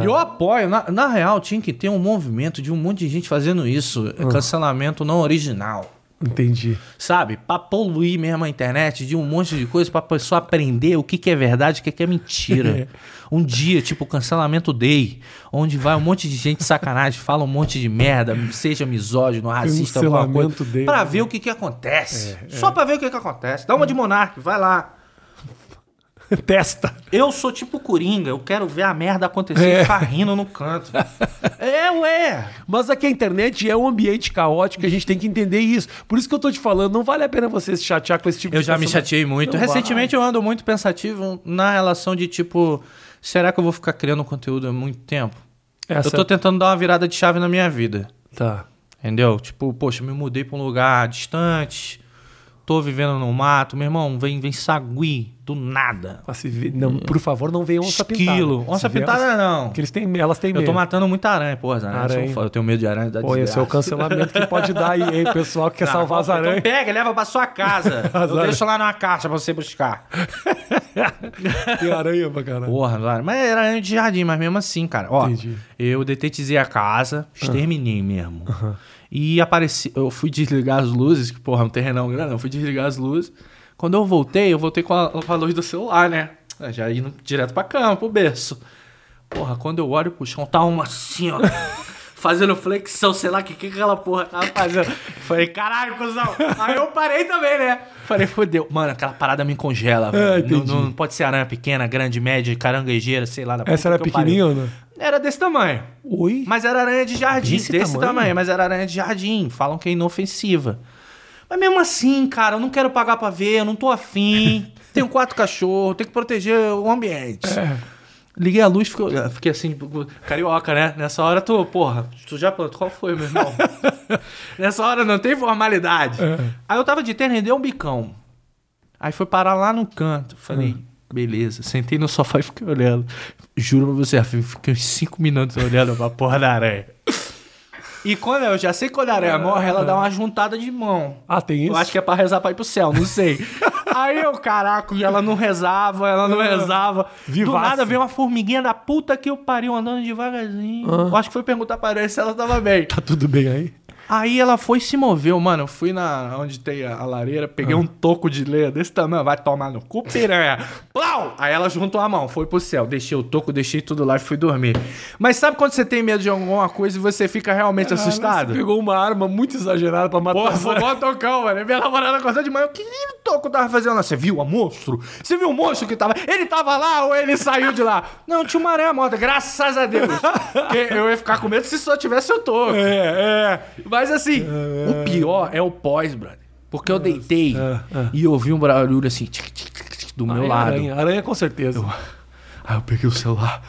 Eu apoio. Na, na real, tinha que ter um movimento de um monte de gente fazendo isso. É Cancelamento não original. Entendi. Sabe? Pra poluir mesmo a internet de um monte de coisa pra pessoa aprender o que, que é verdade e o que, que é mentira. Um dia, tipo, o cancelamento day, onde vai um monte de gente de sacanagem, fala um monte de merda, seja misógino, racista, alguma um Cancelamento coisa. day, pra né? É, ver o que, que acontece. Só pra ver o que, que acontece. Dá uma de monarca, vai lá. Testa. Eu sou tipo Coringa, eu quero ver a merda acontecer É. e ficar rindo no canto. é, ué. Mas aqui a internet é um ambiente caótico e a gente tem que entender isso. Por isso que eu tô te falando, não vale a pena você se chatear com esse tipo Eu de já me pessoa. chateei muito. Não Recentemente eu ando muito pensativo na relação de tipo, será que eu vou ficar criando conteúdo há muito tempo? Essa- Eu tô tentando dar uma virada de chave na minha vida. Tá. Entendeu? Tipo, poxa, me mudei pra um lugar distante, tô vivendo no mato, meu irmão, vem, vem sagui, do nada. Mas se vê- não, por favor, não venha onça Esquilo. pintada. é Onça Se vier pintada não. Porque eles têm, elas têm Eu medo. tô matando muita aranha, porra, as aranhas são Aranha. foda, Eu tenho medo de aranha da Pô, esse é o desgraça. cancelamento que pode dar aí, hein, pessoal que quer Tá, salvar as então aranhas. pega, e leva pra sua casa. eu aranhas. deixo lá numa caixa pra você buscar. Tem aranha pra caralho. Porra, Zara, mas era aranha de jardim, mas mesmo assim, cara. Ó, Entendi. eu detetizei a casa, exterminei mesmo. E apareci, eu fui desligar as luzes, que porra, é um terrenão grande, eu fui desligar as luzes. Quando eu voltei, eu voltei com a, com a luz do celular, né? Eu Já indo direto pra cama, pro berço. Porra, quando eu olho pro chão, tá uma assim, ó. Fazendo flexão, sei lá o que, que aquela porra tava fazendo. Falei, caralho, cuzão. Aí eu parei também, né? Falei, fodeu. Mano, aquela parada me congela. velho. não, É, entendi. não- não pode ser aranha pequena, grande, média, caranguejeira, sei lá. da Essa puta era que eu parei. pequenininha ou não? Era desse tamanho. Oi? Mas era aranha de jardim. Desse Desse, tamanho? tamanho? mas era aranha de jardim. Falam que é inofensiva. Mas mesmo assim, cara, eu não quero pagar pra ver, eu não tô afim. tenho quatro cachorros, tenho que proteger o É. ambiente. Liguei a luz, fiquei, fiquei assim, carioca, né? Nessa hora tu, porra, tu já plantou, qual foi, meu irmão? Nessa hora não tem formalidade. Aí eu tava de terno e dei um bicão. Aí foi parar lá no canto. Falei, Beleza, sentei no sofá e fiquei olhando. Juro pra você, Rafinha, fiquei uns 5 minutos olhando pra porra da aranha. E quando eu já sei que quando a aranha morre, ela dá uma juntada de mão. Ah, tem isso? Eu acho que é pra rezar pra ir pro céu, não sei. Aí eu, caraca, e ela não rezava, ela não rezava. Do Vivaça. nada veio uma formiguinha da puta que eu pariu andando devagarzinho. Eu acho que foi perguntar pra aranha se ela tava bem. Tá tudo bem aí? Aí ela foi e se moveu, mano. Eu fui na onde tem a, a lareira, peguei um toco de leia desse tamanho, vai tomar no cu, piranha. Plau! Aí ela juntou a mão, foi pro céu. Deixei o toco, deixei tudo lá e fui dormir. Mas sabe quando você tem medo de alguma coisa e você fica realmente Ah, assustado? Pegou uma arma muito exagerada pra matar Porra, as vou aranhas. botar o tocão, mano. Minha namorada acordou de manhã. Que lindo toco tava fazendo lá? Você viu a monstro? Você viu o monstro que tava. Ele tava lá ou ele saiu de lá? Não, tinha uma aranha morta, graças a Deus. Porque eu ia ficar com medo se só tivesse o toco. É, é. Mas assim, o pior é o pós, brother. Porque eu deitei e ouvi um barulho assim, tic, tic, tic, tic, do meu Aí, lado. Aranha, aranha com certeza. Aí eu peguei o celular.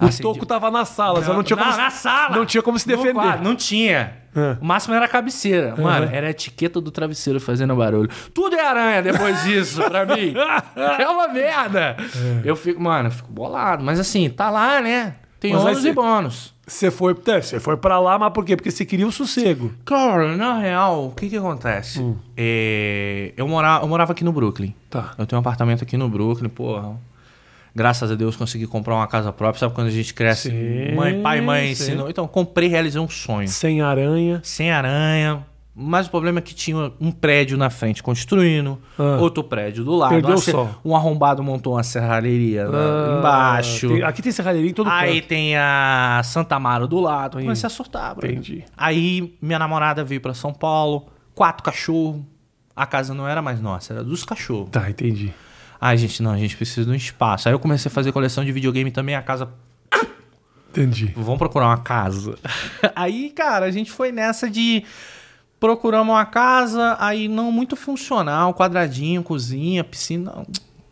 O acendi- toco tava na sala, só não tinha como. se- na sala. Não tinha como se No defender. quarto, não tinha. Ah. O máximo era a cabeceira. Mano, Aham. era a etiqueta do travesseiro fazendo barulho. Tudo é aranha depois disso, pra mim. É uma merda. É. Eu fico, mano, eu fico bolado. Mas assim, tá lá, né? Tem Mas aí ônus você- e bônus. Você foi, é, você foi pra lá, mas por quê? Porque você queria o sossego. Cara, na real, o que que acontece? É, eu, mora, eu morava aqui no Brooklyn. Hum. Tá. Eu tenho um apartamento aqui no Brooklyn, porra. Graças a Deus consegui comprar uma casa própria. Sabe quando a gente cresce? Sim, mãe, pai, mãe sim. ensinou. Então, comprei, realizei um sonho. Sem aranha. Sem aranha. Mas o problema é que tinha um prédio na frente construindo, Ah. outro prédio do lado. Perdeu Uma o ser- sol. Um arrombado montou uma serralheria lá Ah, embaixo. tem- aqui tem serralheria em todo Aí canto. tem a Santa Amaro do lado. Comecei a surtar, bro. Entendi. Aí minha namorada veio pra São Paulo, quatro cachorros. A casa não era mais nossa, era dos cachorros. Tá, entendi. Ai, gente, não, a gente precisa de um espaço. Aí eu comecei a fazer coleção de videogame também, a casa. Entendi. Vamos procurar uma casa. Aí, cara, a gente foi nessa de. Procuramos uma casa, aí não muito funcional, quadradinho, cozinha, piscina. não.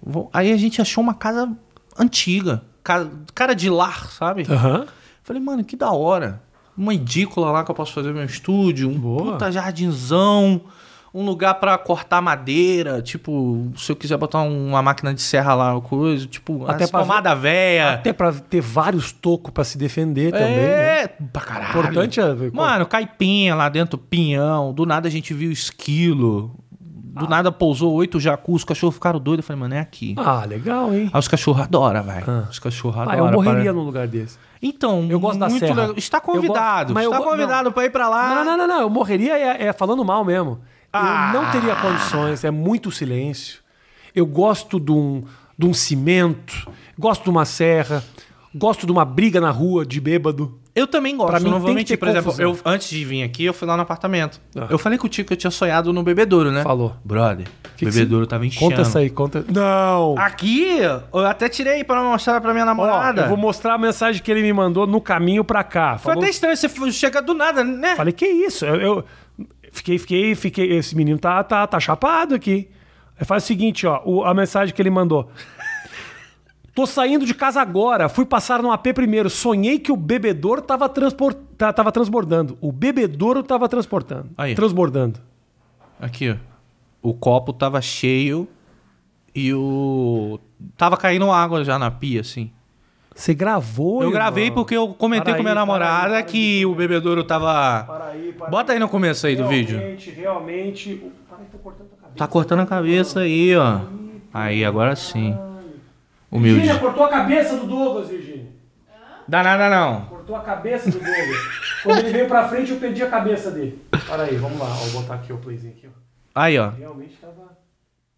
Vou- Aí a gente achou uma casa antiga, ca- cara de lar, sabe? Aham. Falei, mano, que da hora. Uma edícula lá que eu posso fazer meu estúdio, um Boa. puta jardinzão, um lugar pra cortar madeira, tipo, se eu quiser botar uma máquina de serra lá, coisa, tipo, Até até pra- pomada véia. Até pra ter vários tocos pra se defender também, né? é, pra caralho. Importante é... Mano, caipinha lá dentro, pinhão, do nada a gente viu esquilo. Do nada pousou oito jacus, os cachorros ficaram doidos. Eu falei, mano, é aqui. Ah, legal, hein? Aí os cachorros adoram, velho. Ah. Os cachorros Ah, adoram. eu morreria parece. num lugar desse. Então, Eu gosto da muito serra. legal. Está Eu gosto- convidado. mas eu Está go- convidado pra ir pra lá. Não, não, não, não. Eu morreria é, é falando mal mesmo. Ah. Eu não teria condições, é muito silêncio. Eu gosto de um, de um cimento, gosto de uma serra, gosto de uma briga na rua de bêbado. Eu também gosto, Pra mim não vou tem que ter mentir. Por exemplo, confusão. eu, antes de vir aqui, eu fui lá no apartamento. Ah. Eu falei contigo que eu tinha sonhado no bebedouro, né? Falou. Brother, que o bebedouro você- tava enchendo. Conta essa aí, conta. Não! Aqui, eu até tirei pra mostrar pra minha Ó, namorada. eu vou mostrar a mensagem que ele me mandou no caminho pra cá. Foi Falou- até estranho, você foi- chega do nada, né? Falei, que isso? Eu, eu- fiquei, fiquei, fiquei. Esse menino tá, tá, tá chapado aqui. Aí faz o seguinte, ó, o- a mensagem que ele mandou. Tô saindo de casa agora, fui passar no AP primeiro. Sonhei que o bebedouro tava, transpor, tá- tava transbordando. O bebedouro tava transportando. Aí. Transbordando. Aqui, ó. O copo tava cheio e o... Tava caindo água já na pia, assim. Você gravou, Eu irmão? gravei porque eu comentei Para com minha aí, para aí, namorada para aí. que o bebedouro tava... Para aí, para Bota aí no começo aí do vídeo. Realmente, realmente. o- Para aí, tô cortando a cabeça. Tá cortando a cabeça aí, ó. Aí, agora sim. Humilde. Virgínia, cortou a cabeça do Douglas, Virgínia. Dá nada não. Cortou a cabeça do Douglas. Quando ele veio pra frente, eu perdi a cabeça dele. Para aí, vamos lá. Ó, vou botar aqui o playzinho aqui, ó. Aí, ó. Realmente tava.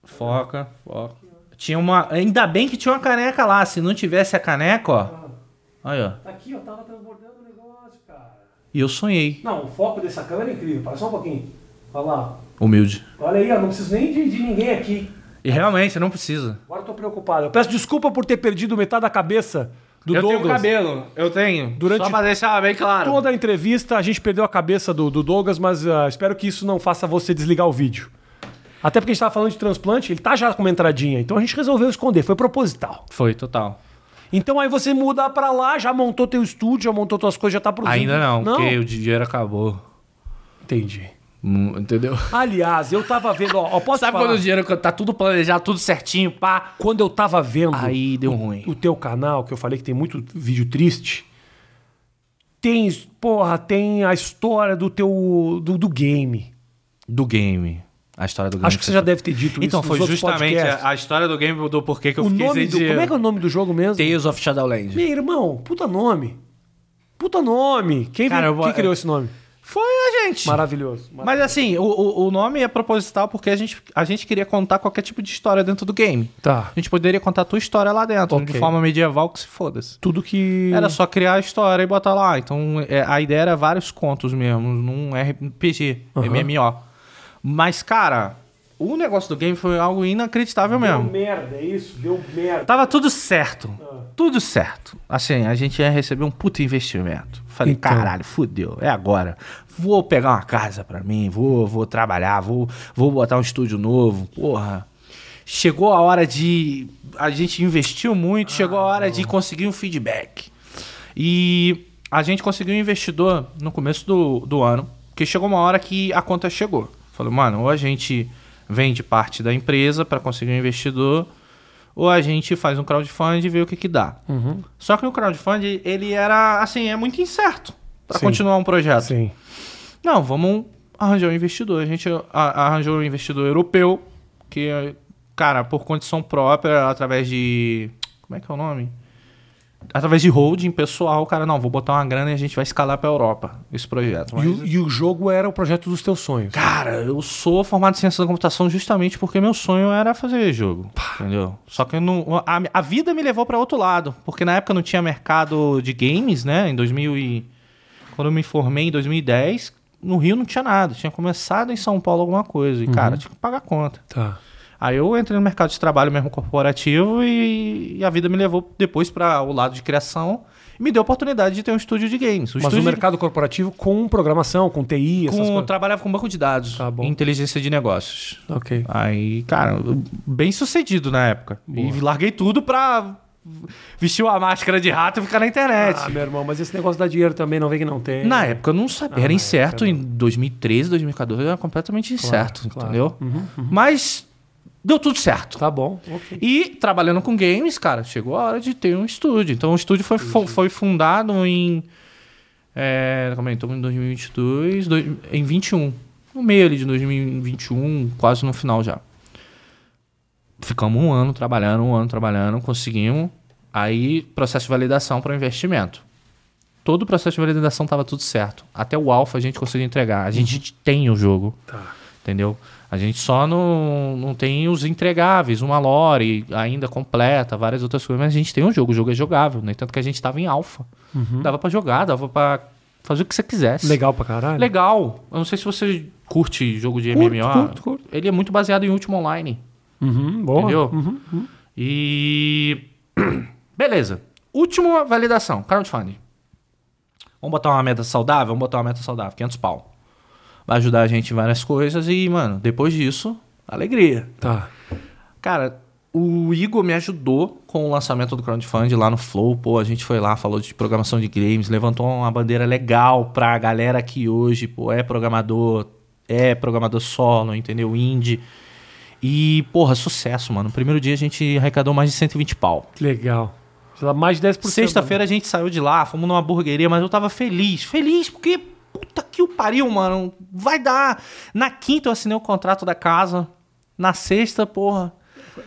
Foca, foca. Tinha uma. Ainda bem que tinha uma caneca lá. Se não tivesse a caneca, ó. Aí, ó. Tá aqui, ó. Tava transbordando o negócio, cara. E eu sonhei. Não, o foco dessa câmera é incrível. Para só um pouquinho. Olha lá. Humilde. Olha aí, ó. Não preciso nem de, de ninguém aqui. E realmente, você não precisa. Agora eu tô preocupado. Eu peço desculpa por ter perdido metade da cabeça do eu Douglas. tenho cabelo. Eu tenho. Durante Só pra deixar bem claro. Toda a entrevista a gente perdeu a cabeça do, do Douglas, mas ah, espero que isso não faça você desligar o vídeo. Até porque a gente tava falando de transplante, ele tá já com uma entradinha, então a gente resolveu esconder, foi proposital. Foi, total. Então aí você muda pra lá, já montou teu estúdio, já montou tuas coisas, já tá produzindo. Ainda não, não? porque o dinheiro acabou. Entendi. Hum, Entendeu? Aliás, eu tava vendo, ó, ó posso Sabe falar? quando o dinheiro tá tudo planejado, tudo certinho, pá? Quando eu tava vendo Aí deu ruim. o teu canal, que eu falei que tem muito vídeo triste, tem, porra, tem a história do teu do, do game. Do game. A história do game. Acho que você já deve ter dito isso Então, nos foi outros justamente podcasts. a, a história do game do porquê que eu o fiquei nome sem do, como é que é o nome do jogo mesmo? Tales of Shadowlands. Meu irmão, puta nome. Puta nome. Quem, Cara, vi- eu vou- quem criou esse nome? Foi a gente. Maravilhoso. Maravilhoso. Mas assim, o, o, o nome é proposital porque a gente, a gente queria contar qualquer tipo de história dentro do game. Tá. A gente poderia contar a tua história lá dentro, Ok. de forma medieval que se foda-se. Tudo que. Era só criar a história e botar lá. Então é, a ideia era vários contos mesmo, num RPG, Aham. MMO. Mas, cara, o negócio do game foi algo inacreditável mesmo. Tá. merda, é isso? Deu merda. Tava tudo certo. Ah. Tudo certo. Assim, a gente ia receber um puto investimento. Falei, Então. caralho, fudeu, é agora. Vou pegar uma casa pra mim, vou, vou trabalhar, vou, vou botar um estúdio novo, porra. Chegou a hora de. A gente investiu muito, chegou a hora de conseguir um feedback. E a gente conseguiu um investidor no começo do, do ano, que chegou uma hora que a conta chegou. Falou, mano, ou a gente vende parte da empresa pra conseguir um investidor, ou a gente faz um crowdfunding e vê o que que dá. Uhum. Só que o crowdfunding, ele era, assim, é muito incerto pra Sim. continuar um projeto. Sim. Não, vamos arranjar um investidor. A gente a- arranjou um investidor europeu, que, cara, por condição própria, através de. Como é que é o nome? Através de holding pessoal, cara, não, vou botar uma grana e a gente vai escalar pra Europa esse projeto. Mas- E, o- e o jogo era o projeto dos teus sonhos. Cara, eu sou formado em ciência da computação justamente porque meu sonho era fazer jogo. Entendeu? Só que eu não, a, a vida me levou pra outro lado. Porque na época não tinha mercado de games, né? Em 2000 e... Quando eu me formei em 2010, no Rio não tinha nada. Tinha começado em São Paulo alguma coisa. E, Uhum. cara, tinha que pagar conta. Tá. Aí eu entrei no mercado de trabalho mesmo corporativo e, e a vida me levou depois pra o lado de criação. E me deu a oportunidade de ter um estúdio de games. O Mas estúdio o de- mercado corporativo com programação, com TI, essas com, coisas. trabalhava com banco de dados Tá bom. e inteligência de negócios. Ok. Aí, cara, bem sucedido na época. E larguei tudo pra vestir uma máscara de rato e ficar na internet. Ah, meu irmão, mas esse negócio dá dinheiro também, não vem que não tem. na época eu não é sabia, era incerto. Em 2013, 2014 era completamente incerto, claro. Uhum. entendeu? Mas deu tudo certo. Tá bom, ok. E trabalhando com games, cara, chegou a hora de ter um estúdio. Então o estúdio foi, fo- foi fundado em. É, calma aí, estamos em 2022, dois- em 21. No meio ali de 2021, quase no final já. Ficamos um ano trabalhando, um ano trabalhando, conseguimos. Aí, processo de validação para o investimento. Todo o processo de validação estava tudo certo. Até o alfa a gente conseguiu entregar. A gente Uhum. tem o jogo. Tá. Entendeu? A gente só não, não tem os entregáveis, uma lore ainda completa, várias outras coisas, mas a gente tem um jogo, o jogo é jogável, né? Tanto que a gente tava em alfa. Dava pra jogar, dava pra fazer o que você quisesse. Uhum. Legal pra caralho. Legal. Eu não sei se você curte jogo de Curto, MMO. curto, curto. Ele é muito baseado em último online. Uhum, boa. Entendeu? E. Beleza. Última validação: crowdfunding. Vamos botar uma meta saudável? Vamos botar uma meta saudável: 500 pau. Vai ajudar a gente em várias coisas e, mano, depois disso, alegria. Tá. Cara, o Igor me ajudou com o lançamento do crowdfunding lá no Flow. Pô, a gente foi lá, falou de programação de games, levantou uma bandeira legal pra galera que hoje, pô, é programador, é programador solo, entendeu? Indie. E, porra, sucesso, mano. No primeiro dia a gente arrecadou mais de 120 pau. Que legal. Você dá mais de 10%. Por Sexta-feira a gente saiu de lá, fomos numa hamburgueria, mas eu tava feliz. Feliz porque, puta que o pariu, mano. Vai dar. Na quinta eu assinei o contrato da casa. Na sexta, porra.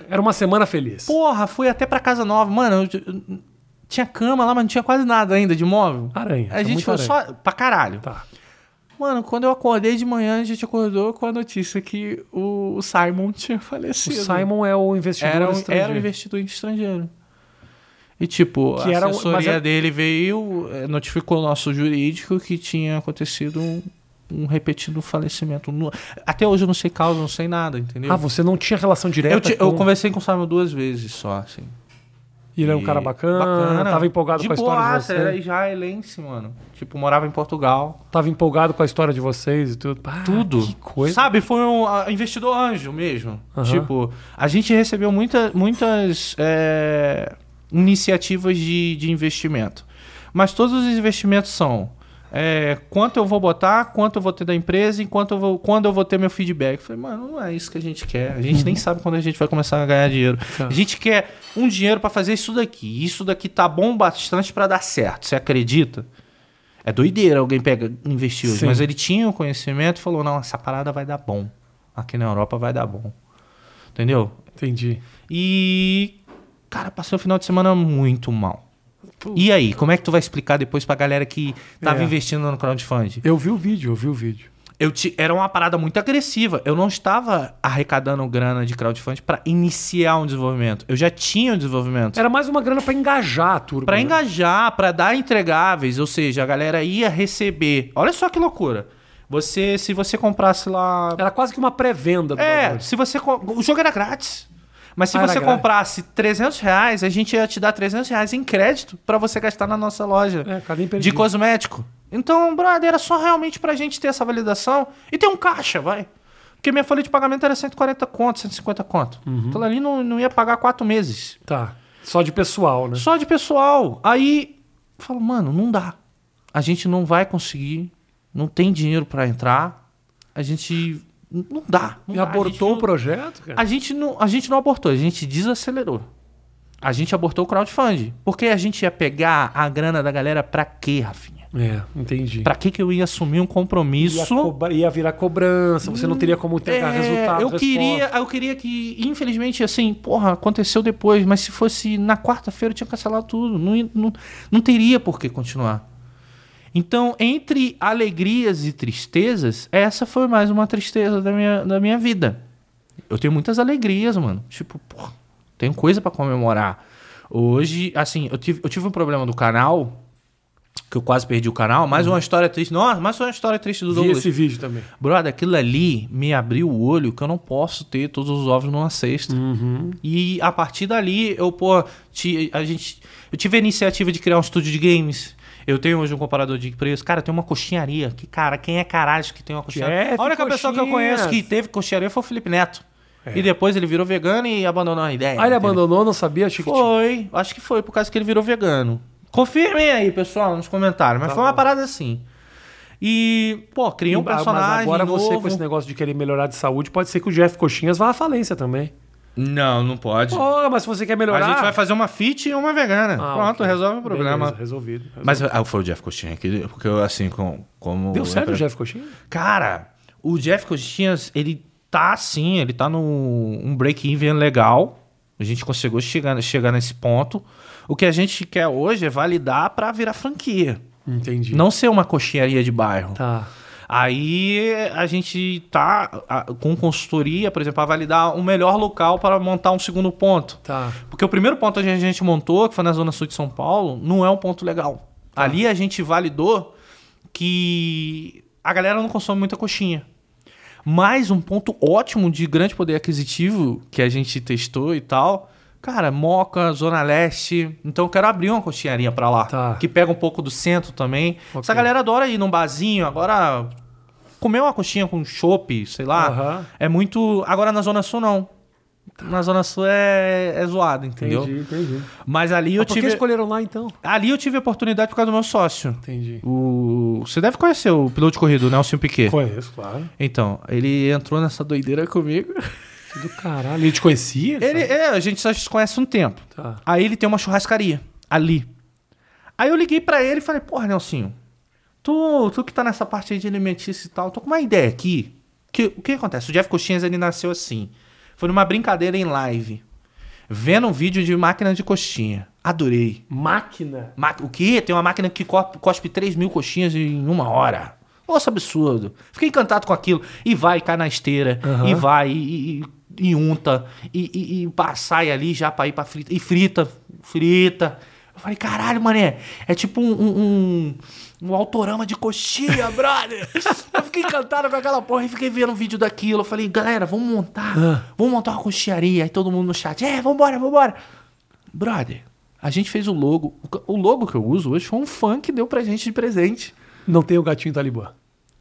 Era uma semana feliz. Porra, fui até pra casa nova. Mano, eu- eu- tinha cama lá, mas não tinha quase nada ainda de móvel. Aranha, A tá gente muito foi aranha. só pra caralho. Tá. Mano, quando eu acordei de manhã, a gente acordou com a notícia que o o Simon tinha O falecido. Simon é o investidor era um, estrangeiro. era um investidor estrangeiro. E tipo, Que a era um- mas assessoria era- dele veio, eh, notificou o nosso jurídico que tinha acontecido um, um repetido falecimento. No- Até hoje eu não sei causa, não sei nada, entendeu? Ah, você não tinha relação direta eu, te- tá com... eu conversei com o Simon duas vezes só, assim. E ele é um cara bacana, tava empolgado De com a história boaça, de vocês. era israelense, mano. Tipo, morava em Portugal. Tava empolgado com a história de vocês e tudo. Ah, Tudo. Que coisa. Sabe, foi um ah, investidor anjo mesmo. Aham. Tipo, a gente recebeu muita, muitas é, iniciativas de, de investimento. Mas todos os investimentos são é, quanto eu vou botar, quanto eu vou ter da empresa e quanto eu vou, quando eu vou ter meu feedback. Eu falei, mano, não é isso que a gente quer. A Uhum. gente nem sabe quando a gente vai começar a ganhar dinheiro. Tá. A gente quer um dinheiro pra fazer isso daqui. Isso daqui tá bom bastante pra dar certo. Você acredita? É doideira alguém pega investir hoje. Sim. Mas ele tinha o conhecimento e falou: não, essa parada vai dar bom. Aqui na Europa vai dar bom. Entendeu? Entendi. E. Cara, passei o final de semana muito mal. E aí, como é que tu vai explicar depois pra galera que tava É. investindo no crowdfunding? Eu vi o vídeo, eu vi o vídeo. Eu te- era uma parada muito agressiva. Eu não estava arrecadando grana de crowdfunding pra iniciar um desenvolvimento. Eu já tinha um desenvolvimento. Era mais uma grana pra engajar a turma. Pra né? engajar, pra dar entregáveis, ou seja, a galera ia receber. Olha só que loucura. Você, se você comprasse lá Era quase que uma pré-venda do é, bagulho. se você. co- O jogo era grátis. Mas se Ah, era você grátis. comprasse 300 reais, a gente ia te dar 300 reais em crédito pra você gastar na nossa loja É, cada um de perdia. cosmético. Então, brother, era só realmente pra gente ter essa validação e ter um caixa, vai. Porque minha folha de pagamento era 140 conto, 150 conto. Uhum. Então ali não, não ia pagar quatro meses. Tá. Só de pessoal, né? Só de pessoal. Aí eu falo, mano, não dá. A gente não vai conseguir. Não tem dinheiro pra entrar. A gente. Não dá. Não E dá. A gente abortou não- o projeto, cara? a gente, não, a gente não abortou, a gente desacelerou. A gente abortou o crowdfunding. Porque a gente ia pegar a grana da galera pra quê, Rafinha? É, entendi. Pra que que eu ia assumir um Ia, compromisso? cobra- ia virar cobrança, você não teria como entregar É, resultado. eu resposta. queria, eu queria que, infelizmente, assim, porra, aconteceu depois, mas se fosse na quarta-feira eu tinha cancelado tudo. Não, ia- não, não teria por que continuar. Então, entre alegrias e tristezas, essa foi mais uma tristeza da minha, da minha vida. Eu tenho muitas alegrias, mano. Tipo, porra, tenho coisa pra comemorar. Hoje, assim, eu tive, eu tive um problema do canal, que eu quase perdi o canal, mais uma história triste. Nossa, mais uma história triste do Uhum. Vi Douglas. esse vídeo também. Brother, aquilo ali me abriu o olho que eu não posso ter todos os ovos numa Hum. cesta. Uhum. E a partir dali, eu, pô, ti- a gente, eu tive a iniciativa de criar um estúdio de games. Eu tenho hoje um comparador de preço. Cara, tem uma coxinharia. Que cara, quem é caralho que tem uma coxinharia? Jeff a única pessoa que eu Coxinhas. conheço que teve coxinharia foi o Felipe Neto. E depois ele virou vegano e abandonou a É. ideia. Ah, ele entendeu? abandonou, não sabia, Chiquitinho? Foi, acho que foi, por causa que ele virou vegano. Confirmem aí, pessoal, nos comentários. Mas Tá foi uma bom. parada assim. E, pô, criei um Ah, personagem. Mas agora novo. você com esse negócio de querer melhorar de saúde, pode ser que o Jeff Coxinhas vá à falência também. Não, não pode. Oh, mas se você quer melhorar... a gente vai fazer uma fit e uma vegana. Ah, Pronto, ok. resolve o problema. Beleza, resolvido. resolvido. Mas ah, foi o Jeff Coxinha que porque eu assim, com, como. Deu certo o Jeff Coxinhas? Cara, o Jeff Coxinhas, ele tá assim, ele tá num um break-even legal. A gente conseguiu chegar, chegar nesse ponto. O que a gente quer hoje é validar pra virar franquia. Entendi. Não ser uma coxinharia de bairro. Tá. Aí a gente tá ah, com consultoria, por exemplo, pra validar o melhor local para montar um segundo ponto. Tá. Porque o primeiro ponto que a gente montou, que foi na Zona Sul de São Paulo, não é um ponto legal. Tá. Ali a gente validou que a galera não consome muita coxinha. Mas um ponto ótimo de grande poder aquisitivo que a gente testou e tal. Cara, Moca, Zona Leste. Então eu quero abrir uma coxinharia pra lá. Tá. Que pega um pouco do centro também. Ok. Essa galera adora ir num barzinho. Agora, comer uma coxinha com chopp, sei lá. Aham. É muito. Agora na Zona Sul, não. Na Zona Sul é, é zoado, entendeu? Entendi, entendi. Mas ali eu Por que tive. escolheram lá, então? Ali eu tive a oportunidade por causa do meu sócio. Entendi. O... Você deve conhecer o piloto de corrida, o Nelson Piquet. Conheço, claro. Então, ele entrou nessa doideira comigo. Que do caralho. Ele te conhecia? Ele, sabe? é, a gente só se conhece um tempo. Tá. Aí ele tem uma churrascaria ali. Aí eu liguei pra ele e falei, porra, Nelsinho, tu, tu que tá nessa parte aí de alimentícia e tal, tô com uma ideia aqui. Que, o que acontece? O Jeff Coxinhas, ele nasceu assim. Foi numa brincadeira em live. Vendo um vídeo de máquina de coxinha. Adorei. Máquina. Ma- O quê? Tem uma máquina que co- cospe 3 mil coxinhas em uma hora. Nossa, absurdo. Fiquei encantado com aquilo. E vai, cai na esteira. Aham. E vai, e, e- e unta. E, e, e pá, sai ali já pra ir pra frita. E frita, frita. Eu falei, caralho, mané. É tipo um, um, um, um autorama de coxinha, brother. Eu fiquei encantado com aquela porra e fiquei vendo um vídeo daquilo. Eu falei, galera, vamos montar. Ah. Vamos montar uma coxinharia. Aí todo mundo no chat, é, vambora, vambora. Brother, a gente fez o logo. O ca- O logo que eu uso hoje foi um fã que deu pra gente de presente. Não tem o gatinho talibã.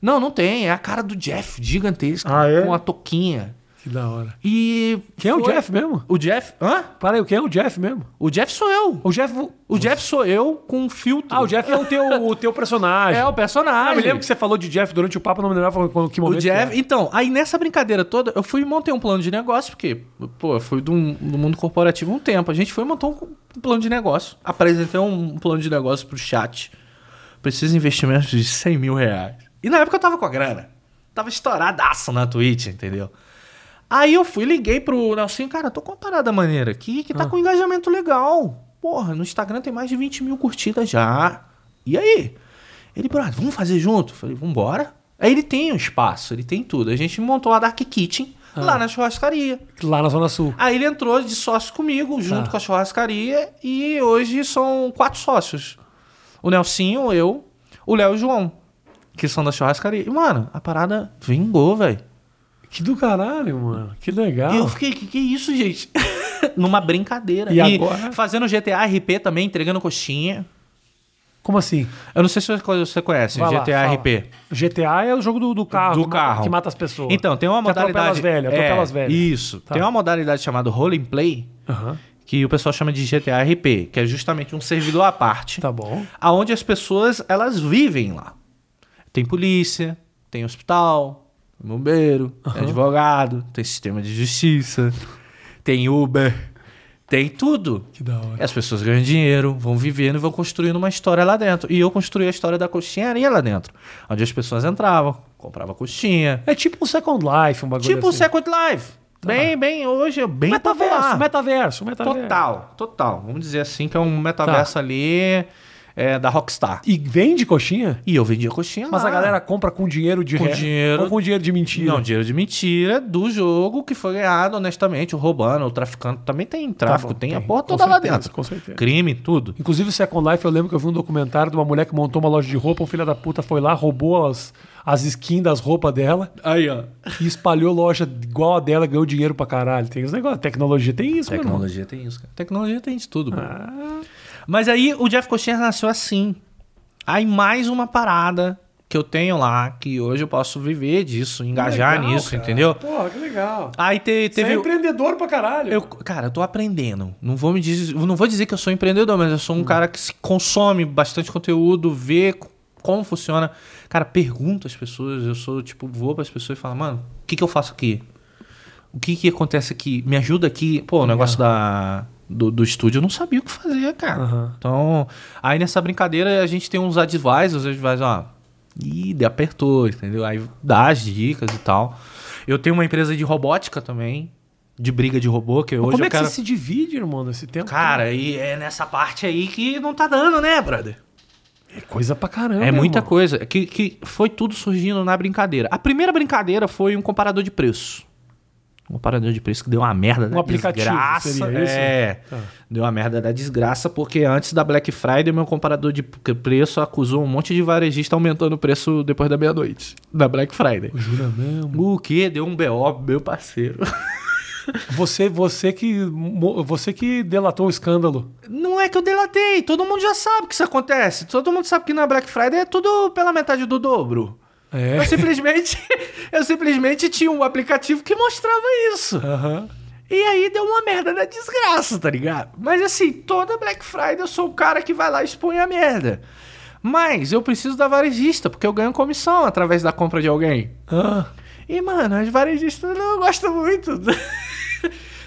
Não, não tem. É a cara do Jeff, gigantesca. Ah, é? Com a toquinha. Que Que da hora. E. Quem é o foi- Jeff mesmo? O Jeff. Hã? Para aí, quem é o Jeff mesmo? O Jeff sou eu. O Jeff. O Jeff sou eu com um filtro. Ah, o Jeff é o teu, o teu personagem. É o personagem. Ah, me lembro que você falou de Jeff durante o papo, não me lembrava qual- que O momento. que é? Jeff, era. então, aí nessa brincadeira toda, eu fui e montei um plano de negócio, porque, pô, eu fui do, do mundo corporativo um tempo. A gente foi e montou um, um plano de negócio. Apresentei um, plano de negócio pro chat. Precisa de investimentos de 100 mil reais. E na época eu tava com a grana. Tava estouradaço na Twitch, entendeu? Aí eu fui, liguei pro Nelsinho, cara, tô com uma parada maneira aqui Ah. que tá com um engajamento legal. Porra, no Instagram tem mais de 20 mil curtidas já. E aí? Ele, brother, vamos fazer junto? Eu Falei, vambora. Aí ele tem um espaço, ele tem tudo. A gente montou a Dark Kitchen Ah. lá na churrascaria. Lá na Zona Sul. Aí ele entrou de sócio comigo, junto Tá. com a churrascaria, e hoje são quatro sócios. O Nelsinho, eu, o Léo e o João, que são da churrascaria. E, mano, a parada vingou, velho. Que do caralho, mano. Que legal. E eu fiquei, que, que é isso, gente? Numa brincadeira. Ah. E agora? fazendo GTA RP também, entregando coxinha. Como assim? Eu não sei se você- você conhece, Vai lá, GTA fala. RP. GTA é o jogo do, do carro. Do que mata- carro. Que mata as pessoas. Então, tem uma Que atropela modalidade. É, as velhas, atropela as velhas. Isso. Tá. Tem uma modalidade chamada Role and Play, Aham. que o pessoal chama de GTA RP, que é justamente um servidor à parte. Tá bom. aonde as pessoas elas vivem lá. Tem polícia, tem hospital, tem bombeiro, tem advogado, tem sistema de justiça, tem Uber, tem tudo. Que da E hora. As pessoas ganham dinheiro, vão vivendo e vão construindo uma história lá dentro. E eu construí a história da coxinharia lá dentro, onde as pessoas entravam, compravam coxinha. É tipo um Second Life, um bagulho Tipo o assim. Second Life. Bem, bem, hoje é bem popular. Metaverso, metaverso, metaverso. Total, total. Vamos dizer assim que é um metaverso Tá. ali é, da Rockstar. E vende coxinha? E eu vendia coxinha Mas lá. a galera compra com dinheiro de Ah. Com re- dinheiro- Ou com dinheiro de mentira. Não, dinheiro de mentira do jogo que foi ganhado honestamente, ou roubando, ou traficando. Também tem tráfico, Tá bom, tem, a tem. porra Com toda lá certeza, dentro. com certeza. Crime, tudo. Inclusive, o Second Life, eu lembro que eu vi um documentário de uma mulher que montou uma loja de roupa, um filho da puta foi lá, roubou as, as skins das roupas dela Aí, ó. e espalhou loja igual a dela, ganhou dinheiro pra caralho. Tem os negócios, tecnologia tem isso, meu irmão. Tecnologia tem isso, cara. Ah. Tecnologia tem de tudo. mano. Mas aí o Jeff Cochiner nasceu assim. Aí mais uma parada que eu tenho lá, que hoje eu posso viver disso, engajar Legal, nisso, cara. entendeu? Porra, que legal. Aí te- Você é teve. empreendedor pra caralho. Eu, cara, eu tô aprendendo. Não vou me dizer, não vou dizer que eu sou empreendedor, mas eu sou um cara que se consome bastante conteúdo, vê co- como funciona. Cara, pergunta às pessoas. Eu sou tipo, vou pras pessoas e falo, mano, o que, que eu faço aqui? O que, que acontece aqui? Me ajuda aqui. Pô, o negócio da, do, do estúdio eu não sabia o que fazer, cara. Aham. Então, aí nessa brincadeira a gente tem uns advisors, os advisors, ó. Ih, de- apertou, entendeu? Aí dá as dicas e tal. Eu tenho uma empresa de robótica também, de briga de robô, que hoje Como eu é que quero. você se divide, irmão, nesse tempo? Cara, e é nessa parte aí que não tá dando, né, brother? é coisa pra caramba. É muita irmão. coisa. Que, que foi tudo surgindo na brincadeira. A primeira brincadeira foi um comparador de preço. Um comparador de preço que deu uma merda da Um aplicativo, desgraça. seria isso? É. Tá. Deu uma merda da desgraça, porque antes da Black Friday, meu comparador de p- preço acusou um monte de varejista aumentando o preço depois da meia-noite. Da Black Friday. Jura mesmo? O que? Deu um BO, meu parceiro. Você, você, que, mo- você que delatou o escândalo. Não é que eu delatei, todo mundo já sabe que isso acontece. Todo mundo sabe que na Black Friday é tudo pela metade do dobro. É. Eu simplesmente, eu simplesmente tinha um aplicativo que mostrava isso. Aham. E aí deu uma merda na desgraça, tá ligado? Mas assim, toda Black Friday eu sou o cara que vai lá e expõe a merda. Mas eu preciso da varejista, porque eu ganho comissão através da compra de alguém. Ah, E, mano, as varejistas não gostam muito.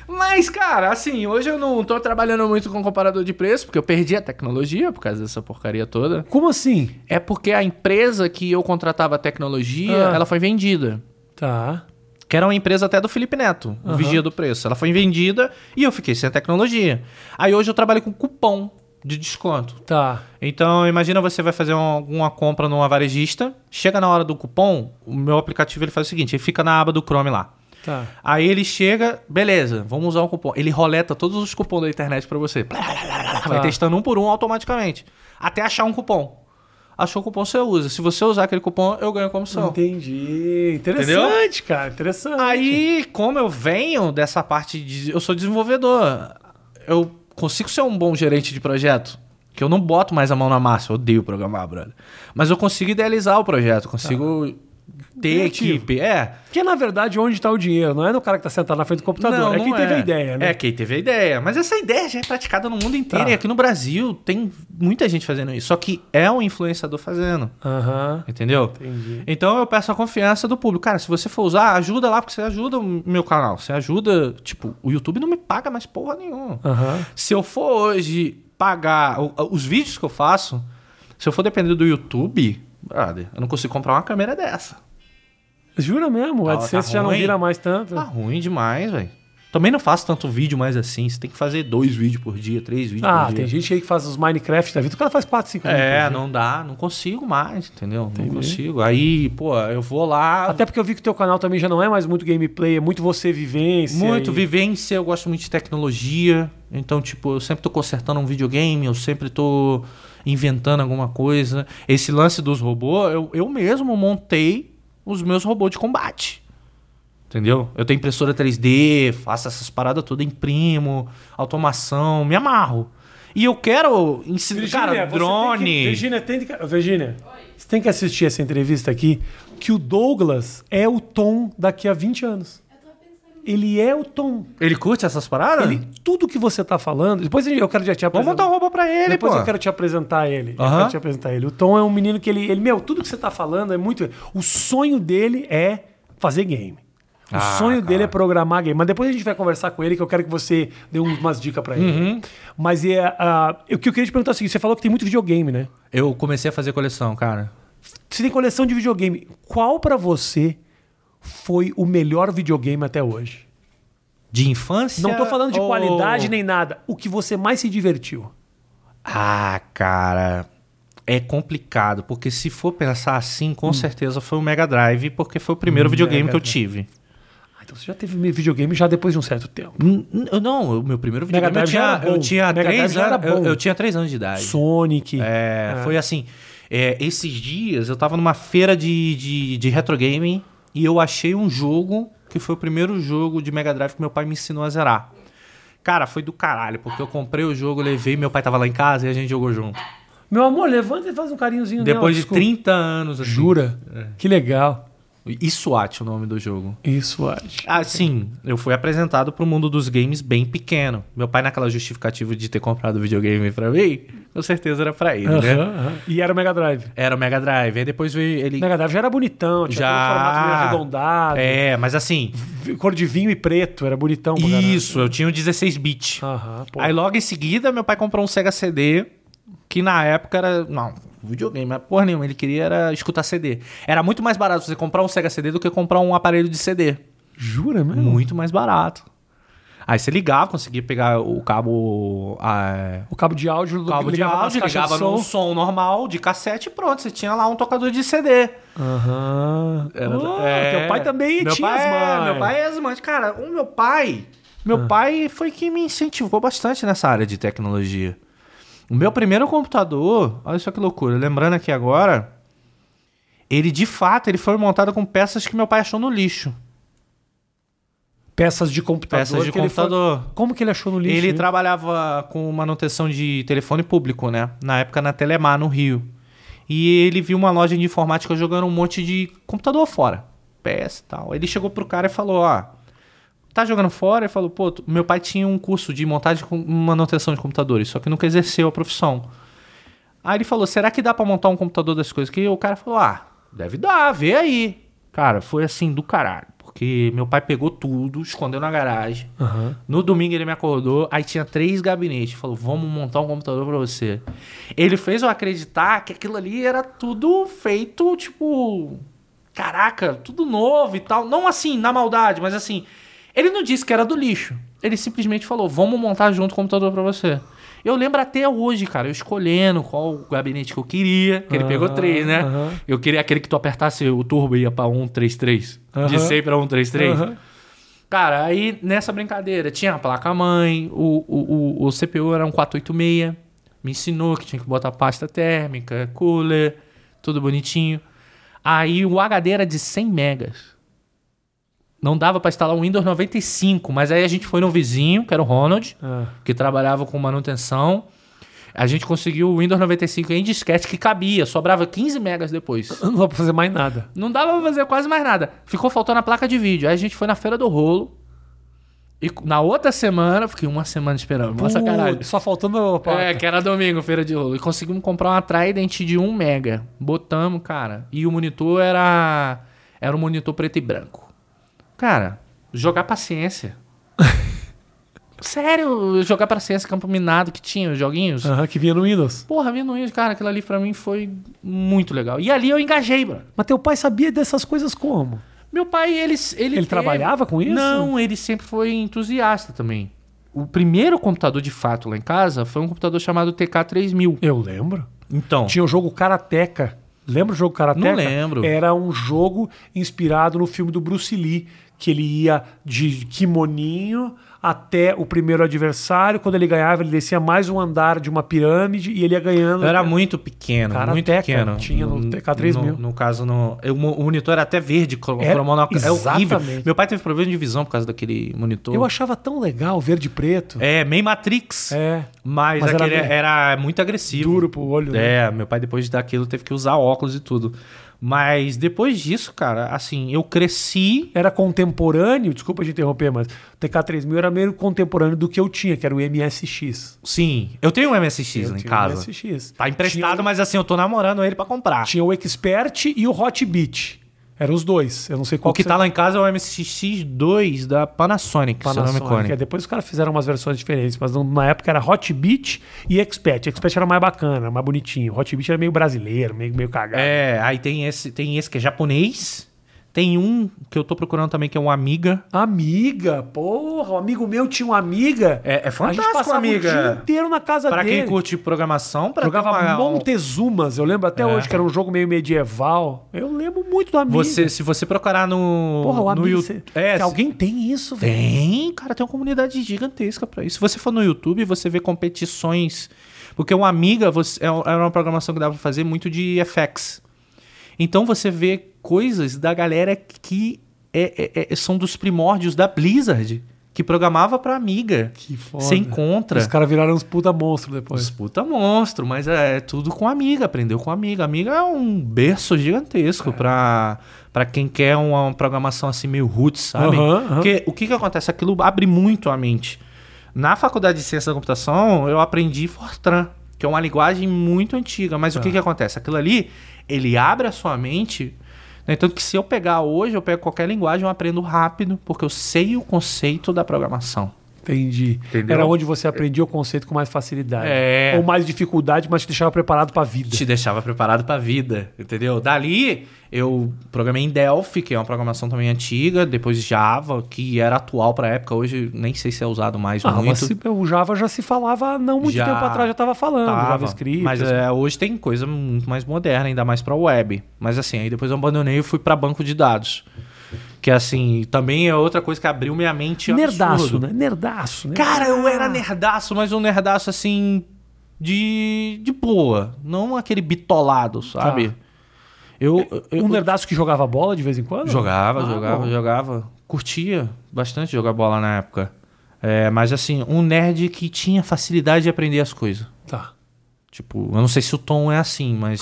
Mas, cara, assim, hoje eu não tô trabalhando muito com comparador de preço, porque eu perdi a tecnologia por causa dessa porcaria toda. como assim? É porque a empresa que eu contratava a tecnologia, Ah. ela foi vendida. Tá. Que era uma empresa até do Felipe Neto, o Vigia do Preço. Ela foi vendida e eu fiquei sem a tecnologia. Aí hoje eu trabalho com cupom de desconto. Tá. Então, imagina você vai fazer um- alguma compra numa varejista, chega na hora do cupom, o meu aplicativo ele faz o seguinte, ele fica na aba do Chrome lá. Tá. Aí ele chega, beleza, vamos usar um cupom. Ele roleta todos os cupons da internet pra você. Vai testando um por um automaticamente. Até achar um cupom. Achou o cupom, você usa. Se você usar aquele cupom, eu ganho comissão. Entendi. Interessante, cara. Interessante. Aí, como eu venho dessa parte de. Eu sou desenvolvedor. Eu consigo ser um bom gerente de projeto. Que eu não boto mais a mão na massa. Eu odeio programar, brother. Mas eu consigo idealizar o projeto. Consigo ter Tá. Criativo. equipe. É. Porque, na verdade, onde está o dinheiro? Não é no cara que está sentado na frente do computador. é quem teve a ideia, né? É quem teve a ideia. Mas essa ideia já é praticada no mundo inteiro. Tá. E aqui no Brasil tem muita gente fazendo isso. Só que é um influenciador fazendo. Aham. Entendeu? Entendi. Então eu peço a confiança do público. Cara, se você for usar, ajuda lá, porque você ajuda o meu canal. Você ajuda. Tipo, o YouTube não me paga mais porra nenhuma. Aham. Se eu for hoje pagar o- os vídeos que eu faço, se eu for depender do YouTube, brother, eu não consigo comprar uma câmera dessa. Jura mesmo? A Tá- AdSense tá já não ruim? vira mais tanto. Tá ruim demais, velho. Também não faço tanto vídeo mais assim. Você tem que fazer dois vídeos por dia, três vídeos Ah, por dia. tem gente aí que faz os Minecraft da vida. O cara faz né? 4, 5 É, não dá, não consigo mais, entendeu? Não consigo. Aí, pô, eu vou lá. Até porque eu vi que o teu canal também já não é mais muito gameplay, é muito você vivência. Muito e... vivência, eu gosto muito de tecnologia. Então, tipo, eu sempre tô consertando um videogame, eu sempre tô inventando alguma coisa. Esse lance dos robôs, eu, eu mesmo montei os meus robôs de combate. Entendeu? Eu tenho impressora 3D, faço essas paradas todas, imprimo, automação, me amarro. E eu quero ensinar, cara, você drone. tem que- Virgínia, tem que- Virgínia, você tem que assistir essa entrevista aqui, que o Douglas é o Tom daqui a 20 anos. Ele é o Tom. Ele curte essas paradas? Ele, tudo que você tá falando. Depois eu quero já te Vamos apresentar. montar um robô pra ele, Depois pô. eu quero te apresentar ele. Eu Aham. quero te apresentar ele. O Tom é um menino que ele, ele. Meu, tudo que você tá falando é muito. O sonho dele é fazer game. O Ah, sonho cara. dele é programar game. Mas depois a gente vai conversar com ele, que eu quero que você dê um, umas dicas pra ele. Uhum. Mas é. ah, o que eu queria te perguntar é o seguinte: você falou que tem muito videogame, né? Eu comecei a fazer coleção, cara. Você tem coleção de videogame. Qual pra você foi o melhor videogame até hoje? De infância? Não tô falando de ou- qualidade nem nada. O que você mais se divertiu? Ah, cara. É complicado, porque se for pensar assim, com certeza foi o Mega Drive, porque foi o primeiro videogame que eu tive. Ah, então você já teve videogame já depois de um certo tempo. Hum, eu Não, o meu primeiro Mega videogame eu Drive já tinha, era bom. eu tinha Mega Drive três já era anos. Eu, bom. eu tinha três anos de idade. Sonic. É, Foi assim. é, esses dias eu tava numa feira de, de, de retro gaming e eu achei um jogo que foi o primeiro jogo de Mega Drive que meu pai me ensinou a zerar. Cara, foi do caralho, porque eu comprei o jogo, levei, meu pai tava lá em casa e a gente jogou junto. Meu amor, levanta e faz um carinhozinho nela, Depois de desculpa. 30 anos, assim. Jura? Que legal. E SWAT é o nome do jogo. Isso, acho. Assim, eu fui apresentado pro mundo dos games bem pequeno. Meu pai, naquela justificativa de ter comprado o videogame pra mim, com certeza era pra ele, né? Aham, Né, aham. E era o Mega Drive. Era o Mega Drive. Aí depois veio ele. O Mega Drive já era bonitão, tinha Já. aquele formato meio arredondado, É, mas assim. v- cor de vinho e preto, era bonitão pra caralho. Isso, eu tinha o 16-bit. Aham, pô. Aí logo em seguida, meu pai comprou um Sega CD, que na época era. Não, videogame, mas porra nenhuma. Ele queria era escutar CD. Era muito mais barato você comprar um Sega CD do que comprar um aparelho de CD. Jura mesmo? Muito mais barato. Aí você ligava, conseguia pegar o cabo. ah, O cabo de áudio o cabo de ligava nas áudio, caixas ligava de num som. som normal, de cassete, e pronto. Você tinha lá um tocador de CD. Aham. Ah, Teu pai também é. meu tinha pai, as mães. é, Ah. Meu pai é as mães. Cara, o meu pai. Meu pai foi quem me incentivou bastante nessa área de tecnologia. O meu primeiro computador, olha só que loucura, lembrando aqui agora, ele de fato ele foi montado com peças que meu pai achou no lixo. Peças de computador. Peças de que ele foi- computador. Como que ele achou no lixo? Ele né? trabalhava com manutenção de telefone público, né? Na época na Telemar, no Rio. E ele viu uma loja de informática jogando um monte de computador fora. PS e tal. Ele chegou pro cara e falou, ó... Tá jogando fora? Ele falou, pô, tu- meu pai tinha um curso de montagem e manutenção de computadores, só que nunca exerceu a profissão. Aí ele falou, será que dá pra montar um computador das coisas? Que o cara falou, ah, deve dar, vê aí. Cara, foi assim do caralho. Porque meu pai pegou tudo, escondeu na garagem. Aham. No domingo ele me acordou, aí tinha três gabinetes. Falou, vamos montar um computador pra você. Ele fez eu acreditar que aquilo ali era tudo feito, tipo... Caraca, tudo novo e tal. Não assim, na maldade, mas assim... Ele não disse que era do lixo. Ele simplesmente falou, vamos montar junto o computador pra você. Eu lembro até hoje, cara, eu escolhendo qual gabinete que eu queria. Que ele pegou Aham, três, né? aham. Eu queria aquele que tu apertasse o turbo e ia pra 133. Aham. De 100 pra 133. Aham. Cara, aí nessa brincadeira tinha a placa-mãe, o, o, o, o CPU era um 486, me ensinou que tinha que botar pasta térmica, cooler, tudo bonitinho. Aí o HD era de 100 megas. Não dava pra instalar um Windows 95, mas aí a gente foi num vizinho, que era o Ronald, Ah. que trabalhava com manutenção. A gente conseguiu o Windows 95 em disquete que cabia, sobrava 15 megas depois. Não dá pra fazer mais nada. Não dava pra fazer quase mais nada. Ficou faltando a placa de vídeo. Aí a gente foi na feira do rolo. E na outra semana, fiquei uma semana esperando. Nossa, Putz, caralho. Só faltando a placa. É, que era domingo, feira de rolo. E conseguimos comprar uma Trident de 1 mega. Botamos, cara. E o monitor era. Era um monitor preto e branco. Cara, jogar paciência. Sério, jogar paciência, campo minado que tinha, os joguinhos. Aham, que vinha no Windows. Porra, vindo isso, cara, aquilo ali pra mim foi muito legal. E ali eu engajei, mano. Mas teu pai sabia dessas coisas como? Meu pai, ele. Ele, Ele é, trabalhava com isso? Não, ele sempre foi entusiasta também. O primeiro computador de fato lá em casa foi um computador chamado TK3000. Eu lembro. Então. Tinha o jogo Karateka. Lembra o jogo Karateka? Não lembro. Era um jogo inspirado no filme do Bruce Lee, que ele ia de kimoninho até o primeiro adversário. Quando ele ganhava, ele descia mais um andar de uma pirâmide e ele ia ganhando. Eu era muito pequeno, Karateka, muito pequeno. tinha no TK3000. No, no caso, no, eu- o monitor era até verde, cro- Era- cromonoc- é horrível. exatamente. Meu pai teve problema de visão por causa daquele monitor. Eu achava tão legal, verde e preto. É, meio Matrix. É. Mas, Mas era aquele bem- era, muito agressivo. Duro pro olho, né? É, meu pai depois daquilo teve que usar óculos e tudo. Mas depois disso, cara, assim, eu cresci. Era contemporâneo, desculpa te interromper, mas o TK3000 era meio contemporâneo do que eu tinha, que era o MSX. Sim, eu tenho um MSX Eu lá em tinha o casa. MSX. Tá emprestado, mas assim, eu tô namorando ele pra comprar. um- Tinha o Expert e o Hot Beat. Eram os dois. Eu não sei qual O que um você- tá lá em casa é o MSX2 da Panasonic, Panasonic. seu Panasonic. nome icônico. é, Depois os caras fizeram umas versões diferentes, mas não- na época era Hot Beat e Expert. Expert era mais bacana, mais bonitinho. Hot Beat era meio brasileiro, meio, meio cagado. É, aí tem esse, tem esse que é japonês. Tem um que eu tô procurando também, que é um Amiga. Amiga, porra, um amigo meu tinha uma amiga. É- é A gente fantástico, passava amiga. o dia inteiro na casa Pra dele. quem curte programação, pra um- Jogava um ter uma- Montezumas, eu lembro até É. hoje que era um jogo meio medieval. Eu lembro muito do amigo. Você, se você procurar no. Porra, o no amigo. Yu- cê- É, se se- alguém tem isso, velho. Tem, cara, tem uma comunidade gigantesca pra isso. Se você for no YouTube, você vê competições. Porque uma amiga você, é um- era uma programação que dava pra fazer muito de FX. Então você vê coisas da galera que é- é- é- são dos primórdios da Blizzard, que programava pra amiga. Que foda. Você encontra. Os caras viraram uns puta monstro depois. Disputa monstro, mas é tudo com amiga, aprendeu com amiga. Amiga é um berço gigantesco pra, pra quem quer uma, programação assim meio roots, sabe? Aham, aham. Porque o que que acontece? Aquilo abre muito a mente. Na faculdade de ciência da computação, eu aprendi Fortran, que é uma linguagem muito antiga. Mas Tá. o que que acontece? Aquilo ali, ele abre a sua mente... né? Tanto que se eu pegar hoje, eu pego qualquer linguagem, eu aprendo rápido, porque eu sei o conceito da programação. Entendi. Entendeu? Era onde você aprendia o conceito com mais facilidade. É. Ou mais dificuldade, mas te deixava preparado pra vida. te deixava preparado pra vida, entendeu? Dali, eu programei em Delphi, que é uma programação também antiga, depois Java, que era atual pra época, hoje nem sei se é usado mais Ah, mas muito. se- o Java já se falava há não muito Já. tempo atrás, já tava falando. Tava, JavaScript. Ah, mas assim. é, hoje tem coisa muito mais moderna, ainda mais pra web. Mas assim, aí depois eu abandonei e fui pra banco de dados. Que assim, também é outra coisa que abriu minha mente Nerdaço, um absurdo. né? Nerdaço, né? Cara, eu era nerdaço, mas um nerdaço assim. De, de boa. Não aquele bitolado, sabe? Tá. Eu, eu, Um nerdaço que jogava bola de vez em quando? Jogava, Ah, jogava, bom. jogava. Curtia bastante jogar bola na época. É, mas assim, um nerd que tinha facilidade de aprender as coisas. Tá. Tipo, eu não sei se o Tom é assim, mas.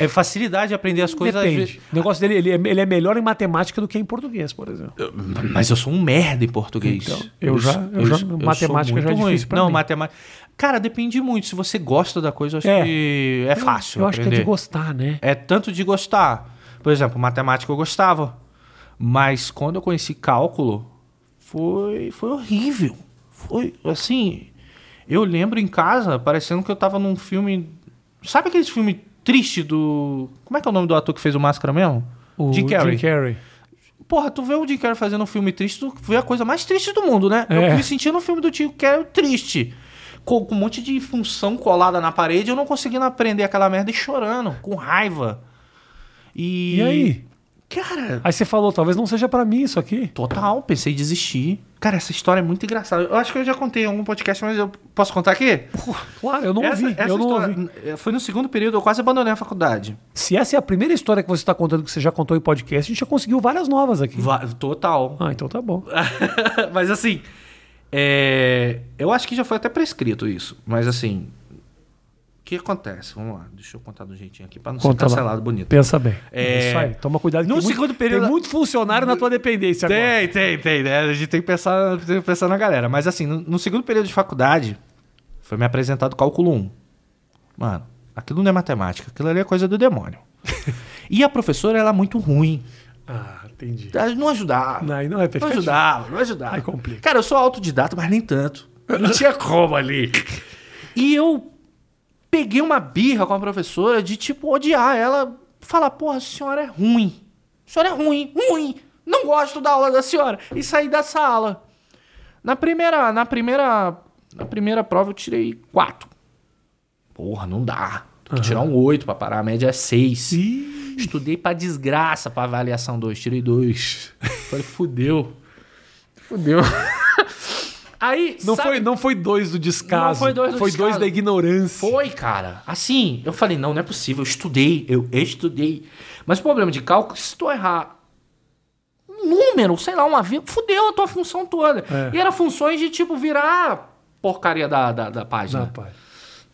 é facilidade de aprender as coisas. às Depende. ve- O negócio dele, ele é, ele é melhor em matemática do que em português, por exemplo. Mas eu sou um merda em português. Então, eu já- eu já- sou matemática já é muito ruim. difícil pra Não, mim. matemática. Cara, depende muito. Se você gosta da coisa, eu acho É. que é fácil. Eu acho que é aprender. de gostar, né? É tanto de gostar. Por exemplo, matemática eu gostava. Mas quando eu conheci cálculo, foi, foi horrível. Foi assim. Eu lembro em casa, parecendo que eu tava num filme. Sabe aquele filme triste do. Como é que é o nome do ator que fez o Máscara mesmo? O Jim Carrey. Jim Carrey. Porra, tu vê o Jim Carrey fazendo um filme triste, tu vê a coisa mais triste do mundo, né? É. Eu me sentia no filme do Jim Carrey triste. Com, com um monte de função colada na parede, eu não conseguindo aprender aquela merda e chorando, com raiva. E... E aí? Cara, Aí você falou, talvez não seja pra mim isso aqui. total, pensei em desistir. Cara, essa história é muito engraçada. Eu acho que eu já contei em algum podcast, mas eu posso contar aqui? Claro, eu não Essa- ouvi, essa eu não história- ouvi. eh, Foi no segundo período, eu quase abandonei a faculdade. Se essa é a primeira história que você está contando que você já contou em podcast, a gente já conseguiu várias novas aqui. Va- Total. Ah, então tá bom. mas assim, é, eu acho que já foi até prescrito isso. Mas assim, que acontece? Vamos lá, deixa eu contar do jeitinho aqui pra não Conta ser lá. cancelado bonito. Pensa bem. É. Isso aí. Toma cuidado. que No tem muito- segundo período- Tem muito funcionário na tua dependência agora. Tem, tem, tem, né? A gente tem que pensar, tem que pensar na galera. Mas assim, no, no segundo período de faculdade, foi me apresentado cálculo 1. Mano, aquilo não é matemática, aquilo ali é coisa do demônio. e a professora, ela é muito ruim. Ah, entendi. Ela não ajudava. Não, aí não é Não perfeito. ajudava, não ajudava. Aí complica. Cara, eu sou autodidata, mas nem tanto. Não tinha como ali. E eu peguei uma birra com a professora de, tipo, odiar ela. Falar, porra, a senhora é ruim. A senhora é ruim, ruim. Não gosto da aula da senhora. E saí da sala. Na primeira, na primeira, na primeira prova eu tirei quatro. Porra, não dá. Tem que tirar um oito pra parar. A média é seis. Ih, Estudei pra desgraça pra avaliação 2, tirei 2. Falei, fudeu. Fudeu. Aí, Não, sabe- foi, não foi dois do descaso. Não foi dois do Foi dois descaso. da ignorância. Foi, cara. Assim, eu falei, não, não é possível. Eu estudei, eu estudei. Mas o problema de cálculo é que se tu errar um número, sei lá, uma vírgula, fudeu a tua função toda. É. E era funções de, tipo, virar a porcaria da, da, da página. Não, pai.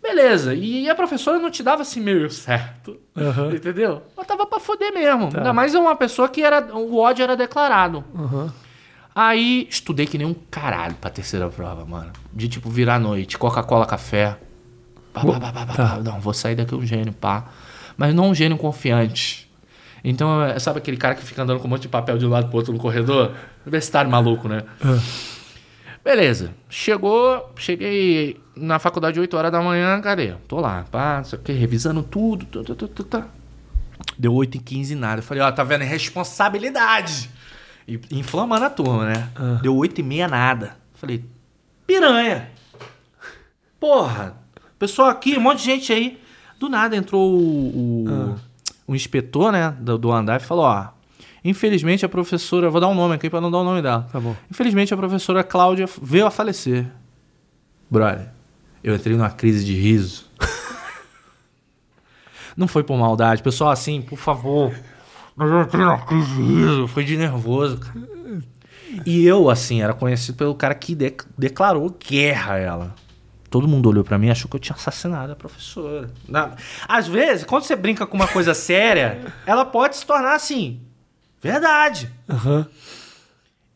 Beleza, e a professora não te dava assim meio certo. Aham. Tá. Entendeu? Ela tava pra foder mesmo. Ainda mais uma pessoa que era, o ódio era declarado. Aham. Aí estudei que nem um caralho pra terceira prova, mano. De tipo virar à noite, Coca-Cola, café. Pá, pá, pá, pá, pá, pá. Não, vou sair daqui um gênio, pá. Mas não um gênio confiante. Então, é- sabe aquele cara que fica andando com um monte de papel de um lado pro outro no corredor? Universitário maluco, né? Beleza. Chegou, cheguei na faculdade 8 horas da manhã, cadê? Tô lá, pá, não sei o quê, revisando tudo. Tá, tá, tá, tá, tá. Deu 8 e 15 e nada. Eu falei, ó, tá vendo? É responsabilidade. E inflamando a turma, né? Deu 8 e meia nada. Falei, piranha. Porra. Pessoal aqui, um monte de gente aí. Do nada entrou o, o, o inspetor, né, do, do andar e falou, ó, infelizmente a professora, vou dar um nome aqui pra não dar o nome dela. Tá bom. Infelizmente a professora Cláudia veio a falecer. Brother, eu entrei numa crise de riso. Não foi por maldade, pessoal, assim, por favor. Mas eu entrei numa crise de riso, foi de nervoso, cara. E eu, assim, era conhecido pelo cara que dec- declarou guerra a ela. Todo mundo olhou pra mim e achou que eu tinha assassinado a professora. Na- Às vezes, quando você brinca com uma coisa séria, ela pode se tornar assim. Verdade. Aham.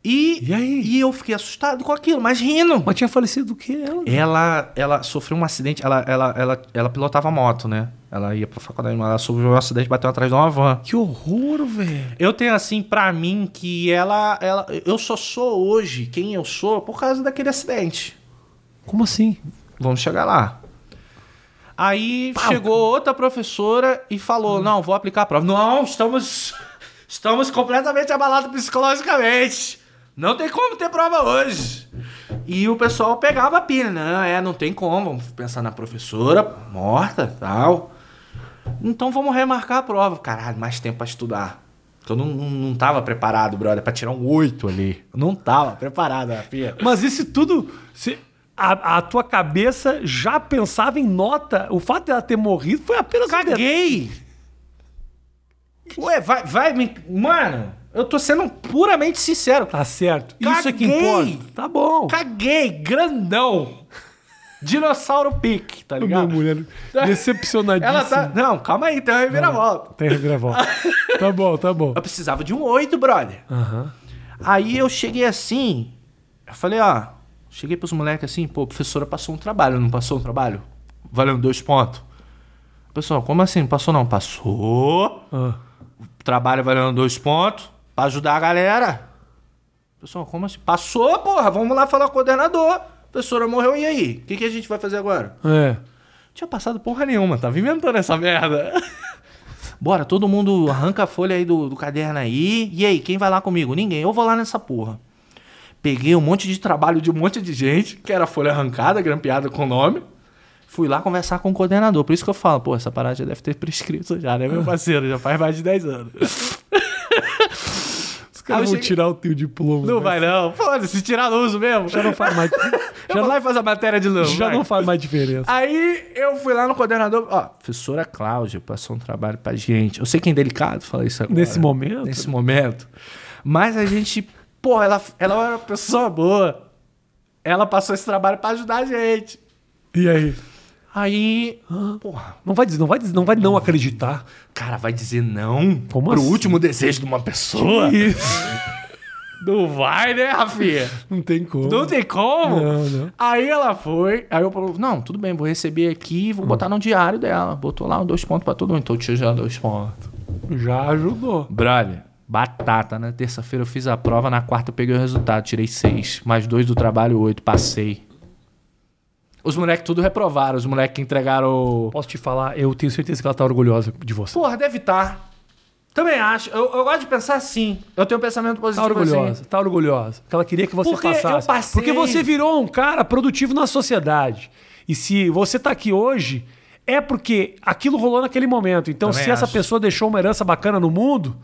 E, E aí? eu fiquei assustado com aquilo, mas rindo. Mas tinha falecido o que ela? Ela, ela sofreu um acidente, ela, ela, ela, ela pilotava moto, né? Ela ia pra faculdade, mas ela sofreu um acidente, bateu atrás de uma van. Que horror, velho. Eu tenho assim pra mim que ela, ela. Eu só sou hoje quem eu sou por causa daquele acidente. Como assim? Vamos chegar lá. Aí chegou outra professora e falou: Não, vou aplicar a prova. Não, estamos. Estamos completamente abalados psicologicamente. Não tem como ter prova hoje. E o pessoal pegava a pilha. Não, é, não tem como. Vamos pensar na professora morta tal. Então vamos remarcar a prova. Caralho, mais tempo pra estudar. Porque eu não, não, não tava preparado, brother, pra tirar um 8 ali. Eu Não tava preparado, Rafinha. Mas isso tudo. se- a, a tua cabeça já pensava em nota. O fato dela ter morrido foi apenas um detalhe. Caguei! Ué, vai, vai, me... mano, eu tô sendo puramente sincero. Tá certo. Isso é que Caguei. importa. Tá bom. Caguei, grandão! Dinossauro pique, tá Minha ligado? mulher decepcionadíssima. Ela tá. Não, calma aí, tem uma reviravolta. Tem reviravolta. tá bom, tá bom. Eu precisava de um oito, brother. Aham. Aí eu cheguei assim, eu falei, ó, cheguei pros moleques assim, pô, a professora passou um trabalho, não passou um trabalho? Valendo dois pontos. Pessoal, como assim? Não passou não? Passou. Ah. trabalho valendo dois pontos pra ajudar a galera. Pessoal, como assim? Passou, porra, vamos lá falar com o coordenador. A professora morreu, e aí? O que, que a gente vai fazer agora? É. Não tinha passado porra nenhuma, tava inventando essa merda. Bora, todo mundo arranca a folha aí do, do caderno aí. E aí, quem vai lá comigo? Ninguém. Eu vou lá nessa porra. Peguei um monte de trabalho de um monte de gente, que era folha arrancada, grampeada com nome. Fui lá conversar com o coordenador. Por isso que eu falo, pô, essa parada já deve ter prescrito já, né, Ah, meu parceiro? Já faz mais de 10 anos. Os caras Ah, eu vão cheguei- tirar o teu diploma. Não vai né? não. Foda-se, tirar no uso mesmo. Já não faz mais, Eu vou lá e faço a matéria de novo. já vai. Ah, não faz mais diferença. Aí eu fui lá no coordenador. Ó, professora Cláudia passou um trabalho pra gente. Eu sei que é indelicado falar isso agora. Nesse momento? Nesse momento. Mas a gente... Pô, ela, ela era uma pessoa boa. Ela passou esse trabalho pra ajudar a gente. E aí? Aí, porra, Não vai dizer, não vai dizer, não vai não acreditar. cara, vai dizer não Como pro assim? último desejo de uma pessoa? Isso. Não vai, né, Rafinha? Não tem como. Não tem como. Não, não. Aí ela foi, aí eu falei, não, tudo bem, vou receber aqui, vou botar no diário dela. Botou lá um dois pontos pra todo mundo, então tio já dois pontos. Já ajudou. Brother, batata, né? Terça-feira eu fiz a prova, na quarta eu peguei o resultado, tirei seis, mais dois do trabalho, oito, passei. Os moleques tudo reprovaram, os moleques que entregaram... Posso te falar, eu tenho certeza que ela tá orgulhosa de você. Porra, deve estar. Também acho, eu, eu gosto de pensar assim, eu tenho um pensamento Tá positivo assim. orgulhosa, tá orgulhosa. Porque ela queria que você Porque eu passasse. passei. Porque você virou um cara produtivo na sociedade. E se você tá aqui hoje, é porque aquilo rolou naquele momento. Então, Também se essa acho. pessoa deixou uma herança bacana no mundo,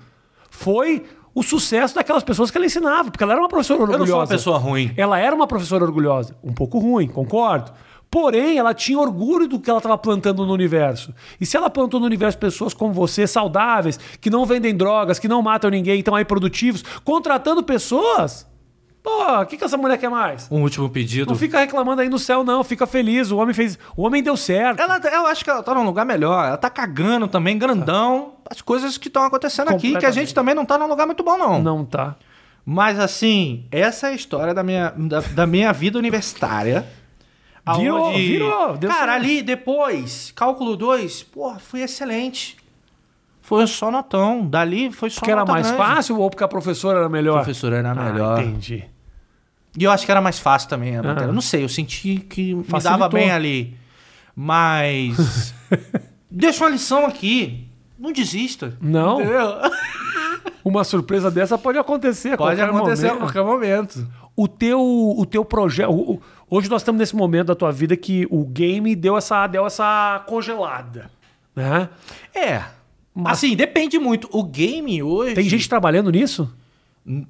foi o sucesso daquelas pessoas que ela ensinava. Porque ela era uma professora orgulhosa. ruim. Ela era uma professora orgulhosa. Um pouco ruim, concordo. Porém, ela tinha orgulho do que ela estava plantando no universo. E se ela plantou no universo pessoas como você, saudáveis, que não vendem drogas, que não matam ninguém, estão aí produtivos, contratando pessoas, pô, o que, que essa mulher quer mais? Um último pedido. Não fica reclamando aí no céu, não. Fica feliz. O homem fez. O homem deu certo. Ela, eu acho que ela tá num lugar melhor. Ela tá cagando também, grandão. As coisas que estão acontecendo aqui, que a gente Completamente. também não tá num lugar muito bom, não. Não tá. Mas assim, essa é a história da minha, da, da minha vida universitária. Virou, Aonde- virou, deu Cara, certo. ali depois, cálculo 2, porra, foi excelente. Foi um só notão. Dali foi só Porque era Tá nota mais grande. fácil ou porque a professora era melhor? A professora era Ah, melhor. entendi. E eu acho que era mais fácil também a matéria. Ah. Não sei, eu senti que me Facilitou. dava bem ali. Mas. Deixa uma lição aqui. Não desista. Não. Entendeu? Uma surpresa dessa pode acontecer. a Pode qualquer acontecer a momento. qualquer momento. o teu o teu projeto o- o- hoje nós estamos nesse momento da tua vida que o game deu essa deu essa congelada né É. Mas- Assim, depende muito. O game hoje. tem gente trabalhando nisso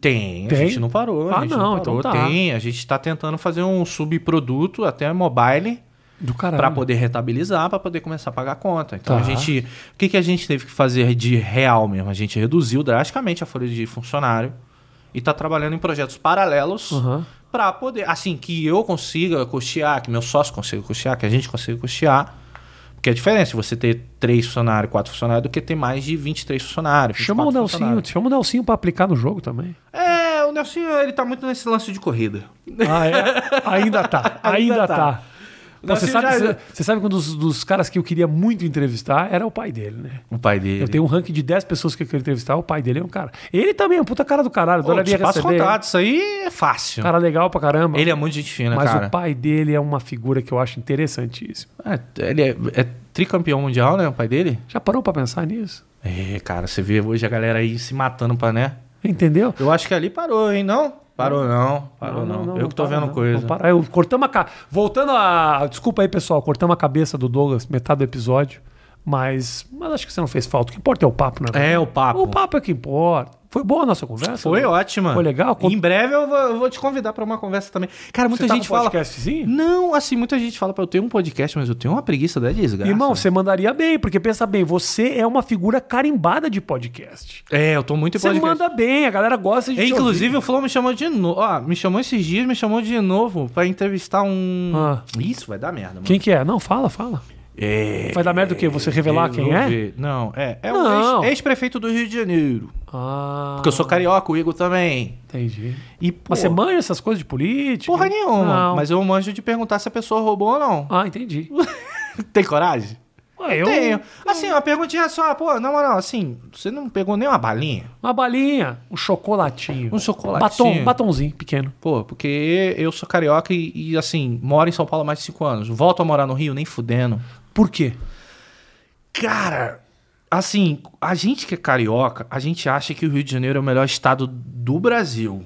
Tem, a Tem? gente não parou. a Ah, gente não, parou. então tá. Tem, a gente tá tentando fazer um subproduto até mobile. do Pra caralho para poder rentabilizar, para poder começar a pagar a conta. Então Tá. a gente, o que, que a gente teve que fazer de real mesmo? A gente reduziu drasticamente a folha de funcionário e tá trabalhando em projetos paralelos Aham. pra poder, assim, que eu consiga custear, que meu sócio consiga custear, que a gente consiga custear. Porque é diferente você ter três funcionários, quatro funcionários, do que ter mais de 23 funcionários. chama o 24 Nelsinho funcionários. chama o Nelsinho pra aplicar no jogo também É, o Nelsinho, ele tá muito nesse lance de corrida. ah é ainda tá ainda, Ainda tá, tá. Pô, você, Nelsinho sabe, já- é- você- você sabe que um dos, dos caras que eu queria muito entrevistar era o pai dele, né? O pai dele. Eu tenho um ranking de 10 pessoas que eu queria entrevistar, o pai dele é um cara. Ele também é um puta cara do caralho, Pô, adoraria te passo receber. contato, isso aí é fácil. Cara legal pra caramba. ele é muito gente fina, Mas cara. o pai dele é uma figura que eu acho interessantíssima. É, ele é, é tricampeão mundial, né? O pai dele? Já parou pra pensar nisso? É, cara, você vê hoje a galera aí se matando pra, né? Entendeu? Eu acho que ali parou, hein? Não? Parou não. Parou não. Eu que tô para, vendo não. coisa. Não para. Eu, cortamos a ca... Voltando a. Desculpa aí, pessoal. Cortamos a cabeça do Douglas, metade do episódio. Mas, mas acho que você não fez falta. O que importa é o papo, né? É, o papo. O papo é que importa. Foi boa a nossa conversa? Foi né? ótima. Foi legal? Em breve eu vou, eu vou te convidar pra uma conversa também. Cara, muita Você tá gente com fala. podcastzinho? Não, assim, muita gente fala, pô, eu tenho um podcast, mas eu tenho uma preguiça da desgraça. Irmão, você mandaria bem, porque pensa bem, você é uma figura carimbada de podcast. É, eu tô muito em Você podcast. manda bem, a galera gosta de. É, te Inclusive, ouvir. o Flow me chamou de novo. Ó, me chamou esses dias, me chamou de novo pra entrevistar um. Ah. Isso vai dar merda, mano. Quem que é? Não, fala, fala. É, Vai dar merda o quê? Você revelar eu quem vou é? ver. Não, é. É Não. um ex- ex-prefeito do Rio de Janeiro. Ah. Porque eu sou carioca, o Igor também. Entendi. E, pô, Mas você manja essas coisas de política? Porra nenhuma. Não. Mas eu manjo de perguntar se a pessoa roubou ou não. Ah, entendi. Tem coragem? Ué, eu... Tenho. Assim, uma perguntinha só. Pô, na moral, assim, você não pegou nem uma balinha? Uma balinha, um chocolatinho. Um chocolatinho. Batom, batomzinho pequeno. Pô, porque eu sou carioca e, e, assim, moro em São Paulo há mais de cinco anos. Volto a morar no Rio, nem fudendo. Por quê? Cara, assim, a gente que é carioca, a gente acha que o Rio de Janeiro é o melhor estado do Brasil.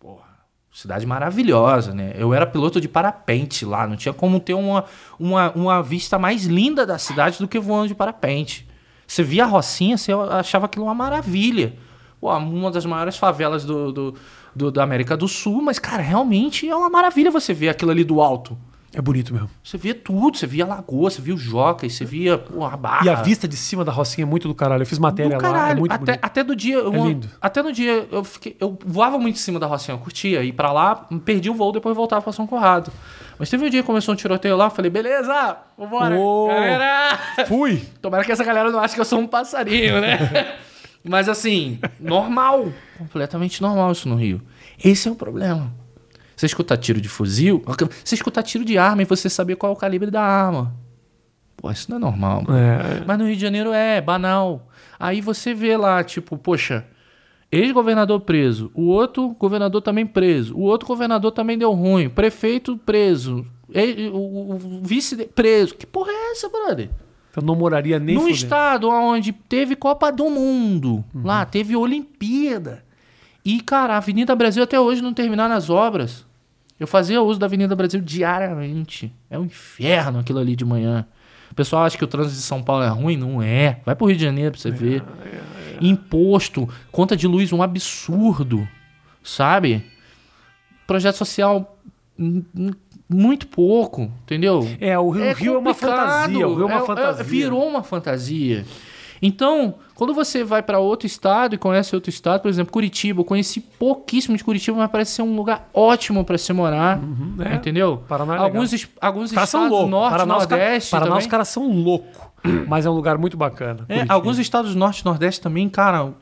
Porra, cidade maravilhosa, né? Eu era piloto de parapente lá, não tinha como ter uma, uma, uma vista mais linda da cidade do que voando de parapente. Você via a Rocinha, você achava aquilo uma maravilha. Pô, uma das maiores favelas do, do, do- da América do Sul, mas, cara, realmente é uma maravilha você ver aquilo ali do alto. É bonito mesmo. Você via tudo, você via a lagoa, você via o Joca, e você via pô, a barra. E a vista de cima da Rocinha é muito do caralho. Eu fiz matéria Ah. do lá, é caralho. muito até, bonito. É até do dia. Eu, lindo. Até no dia eu fiquei. Eu voava muito em cima da Rocinha, eu curtia. Ir pra lá, perdi o voo, depois voltava pra São Corrado. Mas teve um dia que começou um tiroteio lá, eu falei, beleza, vambora. Ô. Galera! Fui! Tomara que essa galera não ache que eu sou um passarinho, né? Mas assim, normal. Completamente normal isso no Rio. Esse é o problema. Você escutar tiro de fuzil, você escutar tiro de arma e você saber qual é o calibre da arma. Pô, isso não é normal. É. Mas no Rio de Janeiro é, banal. Aí você vê lá, tipo, poxa, ex-governador preso, o outro governador também preso, o outro governador também deu ruim, prefeito preso, e- o, o- o vice de- preso. Que porra é essa, brother? Eu não moraria nem Num fudendo. estado onde teve Copa do Mundo, lá teve Olimpíada. E, cara, a Avenida Brasil até hoje não terminaram as obras. Eu fazia uso da Avenida Brasil diariamente. É um inferno aquilo ali de manhã. O pessoal acha que o trânsito de São Paulo é ruim? Não é. Vai pro Rio de Janeiro pra você ver. Imposto, conta de luz, um absurdo. Sabe? Projeto social, n- n- muito pouco, entendeu? É, o Rio o Rio é, uma complicado. fantasia. O Rio é uma É- é- fantasia. virou uma fantasia. Então, quando você vai para outro estado e conhece outro estado, por exemplo, Curitiba, eu conheci pouquíssimo de Curitiba, mas parece ser um lugar ótimo para se morar. é. Entendeu? Paraná é legal. alguns es- alguns Os caras são estados loucos. norte, Paraná, os cara- nordeste. Paraná, também. os caras são loucos. Mas é um lugar muito bacana. É, Curitiba. alguns estados norte e nordeste também, cara,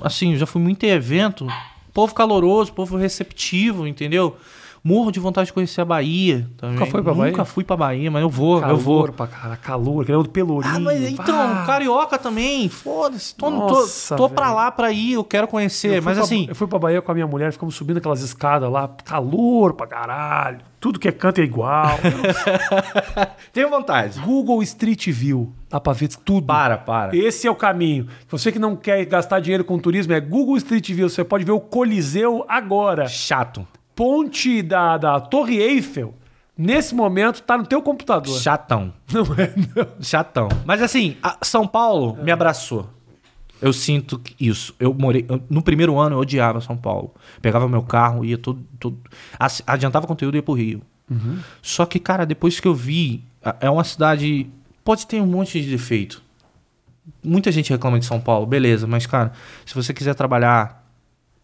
assim, eu já fui muito em evento, povo caloroso, povo receptivo, entendeu? Morro de vontade de conhecer a Bahia também. Nunca foi pra Bahia? Nunca fui pra Bahia, mas eu vou, calor eu vou. pra cara, calor, que é outro pelourinho. Ah, mas então, Ah, carioca também, foda-se. Tô, Nossa, tô, tô pra velho. lá pra ir, eu quero eu conhecer. fui Mas pra- assim, Eu fui pra Bahia com a minha mulher, ficamos subindo aquelas escadas lá, calor pra caralho. Tudo que é canto é igual. tenho vontade. Google Street View. Dá pra ver tudo. Para, para. Esse é o caminho. Você que não quer gastar dinheiro com turismo, é Google Street View. Você pode ver o Coliseu agora. Chato. Ponte da, da Torre Eiffel, nesse momento, tá no teu computador. Chatão. Não é, não. Chatão. Mas assim, a- São Paulo É. me abraçou. Eu sinto que isso. Eu morei. eu- no primeiro ano eu odiava São Paulo. Pegava meu carro, ia todo. todo ass- adiantava conteúdo e ia pro Rio. Uhum. Só que, cara, depois que eu vi. a- É uma cidade. Pode ter um monte de defeito. Muita gente reclama de São Paulo, beleza, mas, cara, se você quiser trabalhar,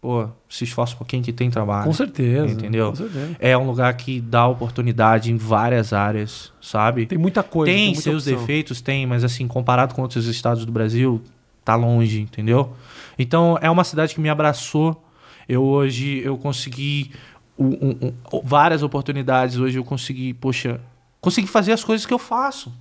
pô, se esforça um pouquinho que tem trabalho. Com certeza. Entendeu? Com certeza. É um lugar que dá oportunidade em várias áreas, sabe? Tem muita coisa. tem muita seus opção. defeitos, tem, mas assim, comparado com outros estados do Brasil, tá longe, entendeu? Então, é uma cidade que me abraçou. Eu hoje, eu consegui um- um- um- várias oportunidades. Hoje eu consegui, poxa, consegui fazer as coisas que eu faço.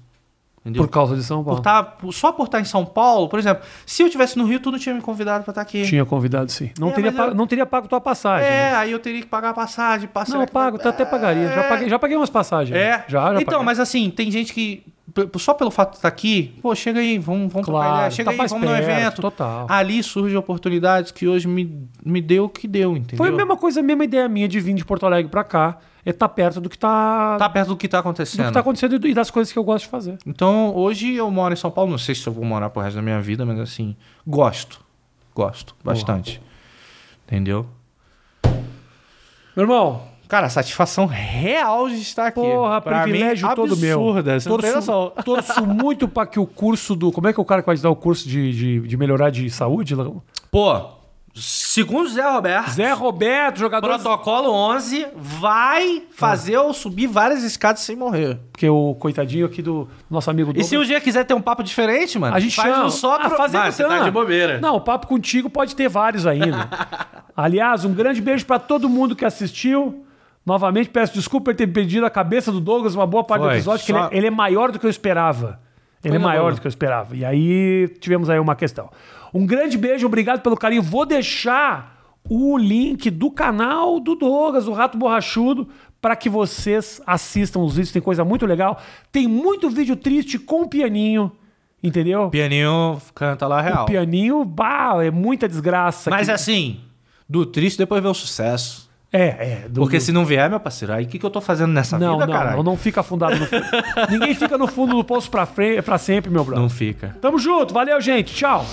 Entendeu? Por causa de São Paulo. Por tá- só por estar em São Paulo, por exemplo, se eu tivesse no Rio, tu não tinha me convidado pra estar aqui. Tinha convidado, sim. Não, É, teria, mas pa- eu- não teria pago tua passagem. né? É, aí eu teria que pagar a passagem, passar. Não, eu pago, tá- até pagaria. Já paguei, já paguei umas passagens. né? É. Já, já Então, paguei. mas assim, tem gente que. p- p- Só pelo fato de estar aqui, pô, chega aí, vamos, vamos trocar Claro, ideia, Chega tá aí, mais vamos no perto, evento. Ah, total. Ali surgem oportunidades que hoje me, me deu o que deu, entendeu? Foi a mesma coisa, a mesma ideia minha de vir de Porto Alegre pra cá. É tá perto do que tá, Tá perto do que tá do acontecendo. que tá acontecendo e do- e das coisas que eu gosto de fazer. Então, hoje eu moro em São Paulo, não sei se eu vou morar pro resto da minha vida, mas assim, gosto. Gosto bastante. Entendeu? Meu irmão, Cara, a satisfação real de estar aqui. porra, Pra privilégio mim, todo meu. Absurda, você não tem noção. torço, torço muito pra que o curso do. Como é que é o cara que vai te dar o curso de, de, de melhorar de saúde? Lão? Pô, segundo Zé Roberto. Zé Roberto, jogador. Protocolo 11 vai fazer Ah. eu subir várias escadas sem morrer. Porque o coitadinho aqui do nosso amigo E Douglas. se um dia quiser ter um papo diferente, mano, A gente faz chama. um só Ah, pro... fazer Vai, com você tá Tan. de bobeira. Não, o papo contigo pode ter vários ainda. Aliás, um grande beijo pra todo mundo que assistiu. Novamente peço desculpa por ter perdido a cabeça do Douglas uma boa parte do Foi, episódio, que só- né, ele, é- ele é maior do que eu esperava. Ele é na maior boa. do que eu esperava. E aí tivemos aí uma questão. Um grande beijo, obrigado pelo carinho. Vou deixar o link do canal do Douglas, o Rato Borrachudo, para que vocês assistam os vídeos. Tem coisa muito legal. Tem muito vídeo triste com pianinho, entendeu? Pianinho canta lá real. Pianinho, bah, é muita desgraça. Mas que- assim, do triste depois vem o sucesso. é, é. do- Porque do- se não vier, meu parceiro, aí o que, que eu tô fazendo nessa não, vida, não, cara? não, não fica afundado no fundo. Ninguém fica no fundo do poço pra, frente, pra sempre, meu brother. fica. Tamo junto, valeu, gente. Tchau.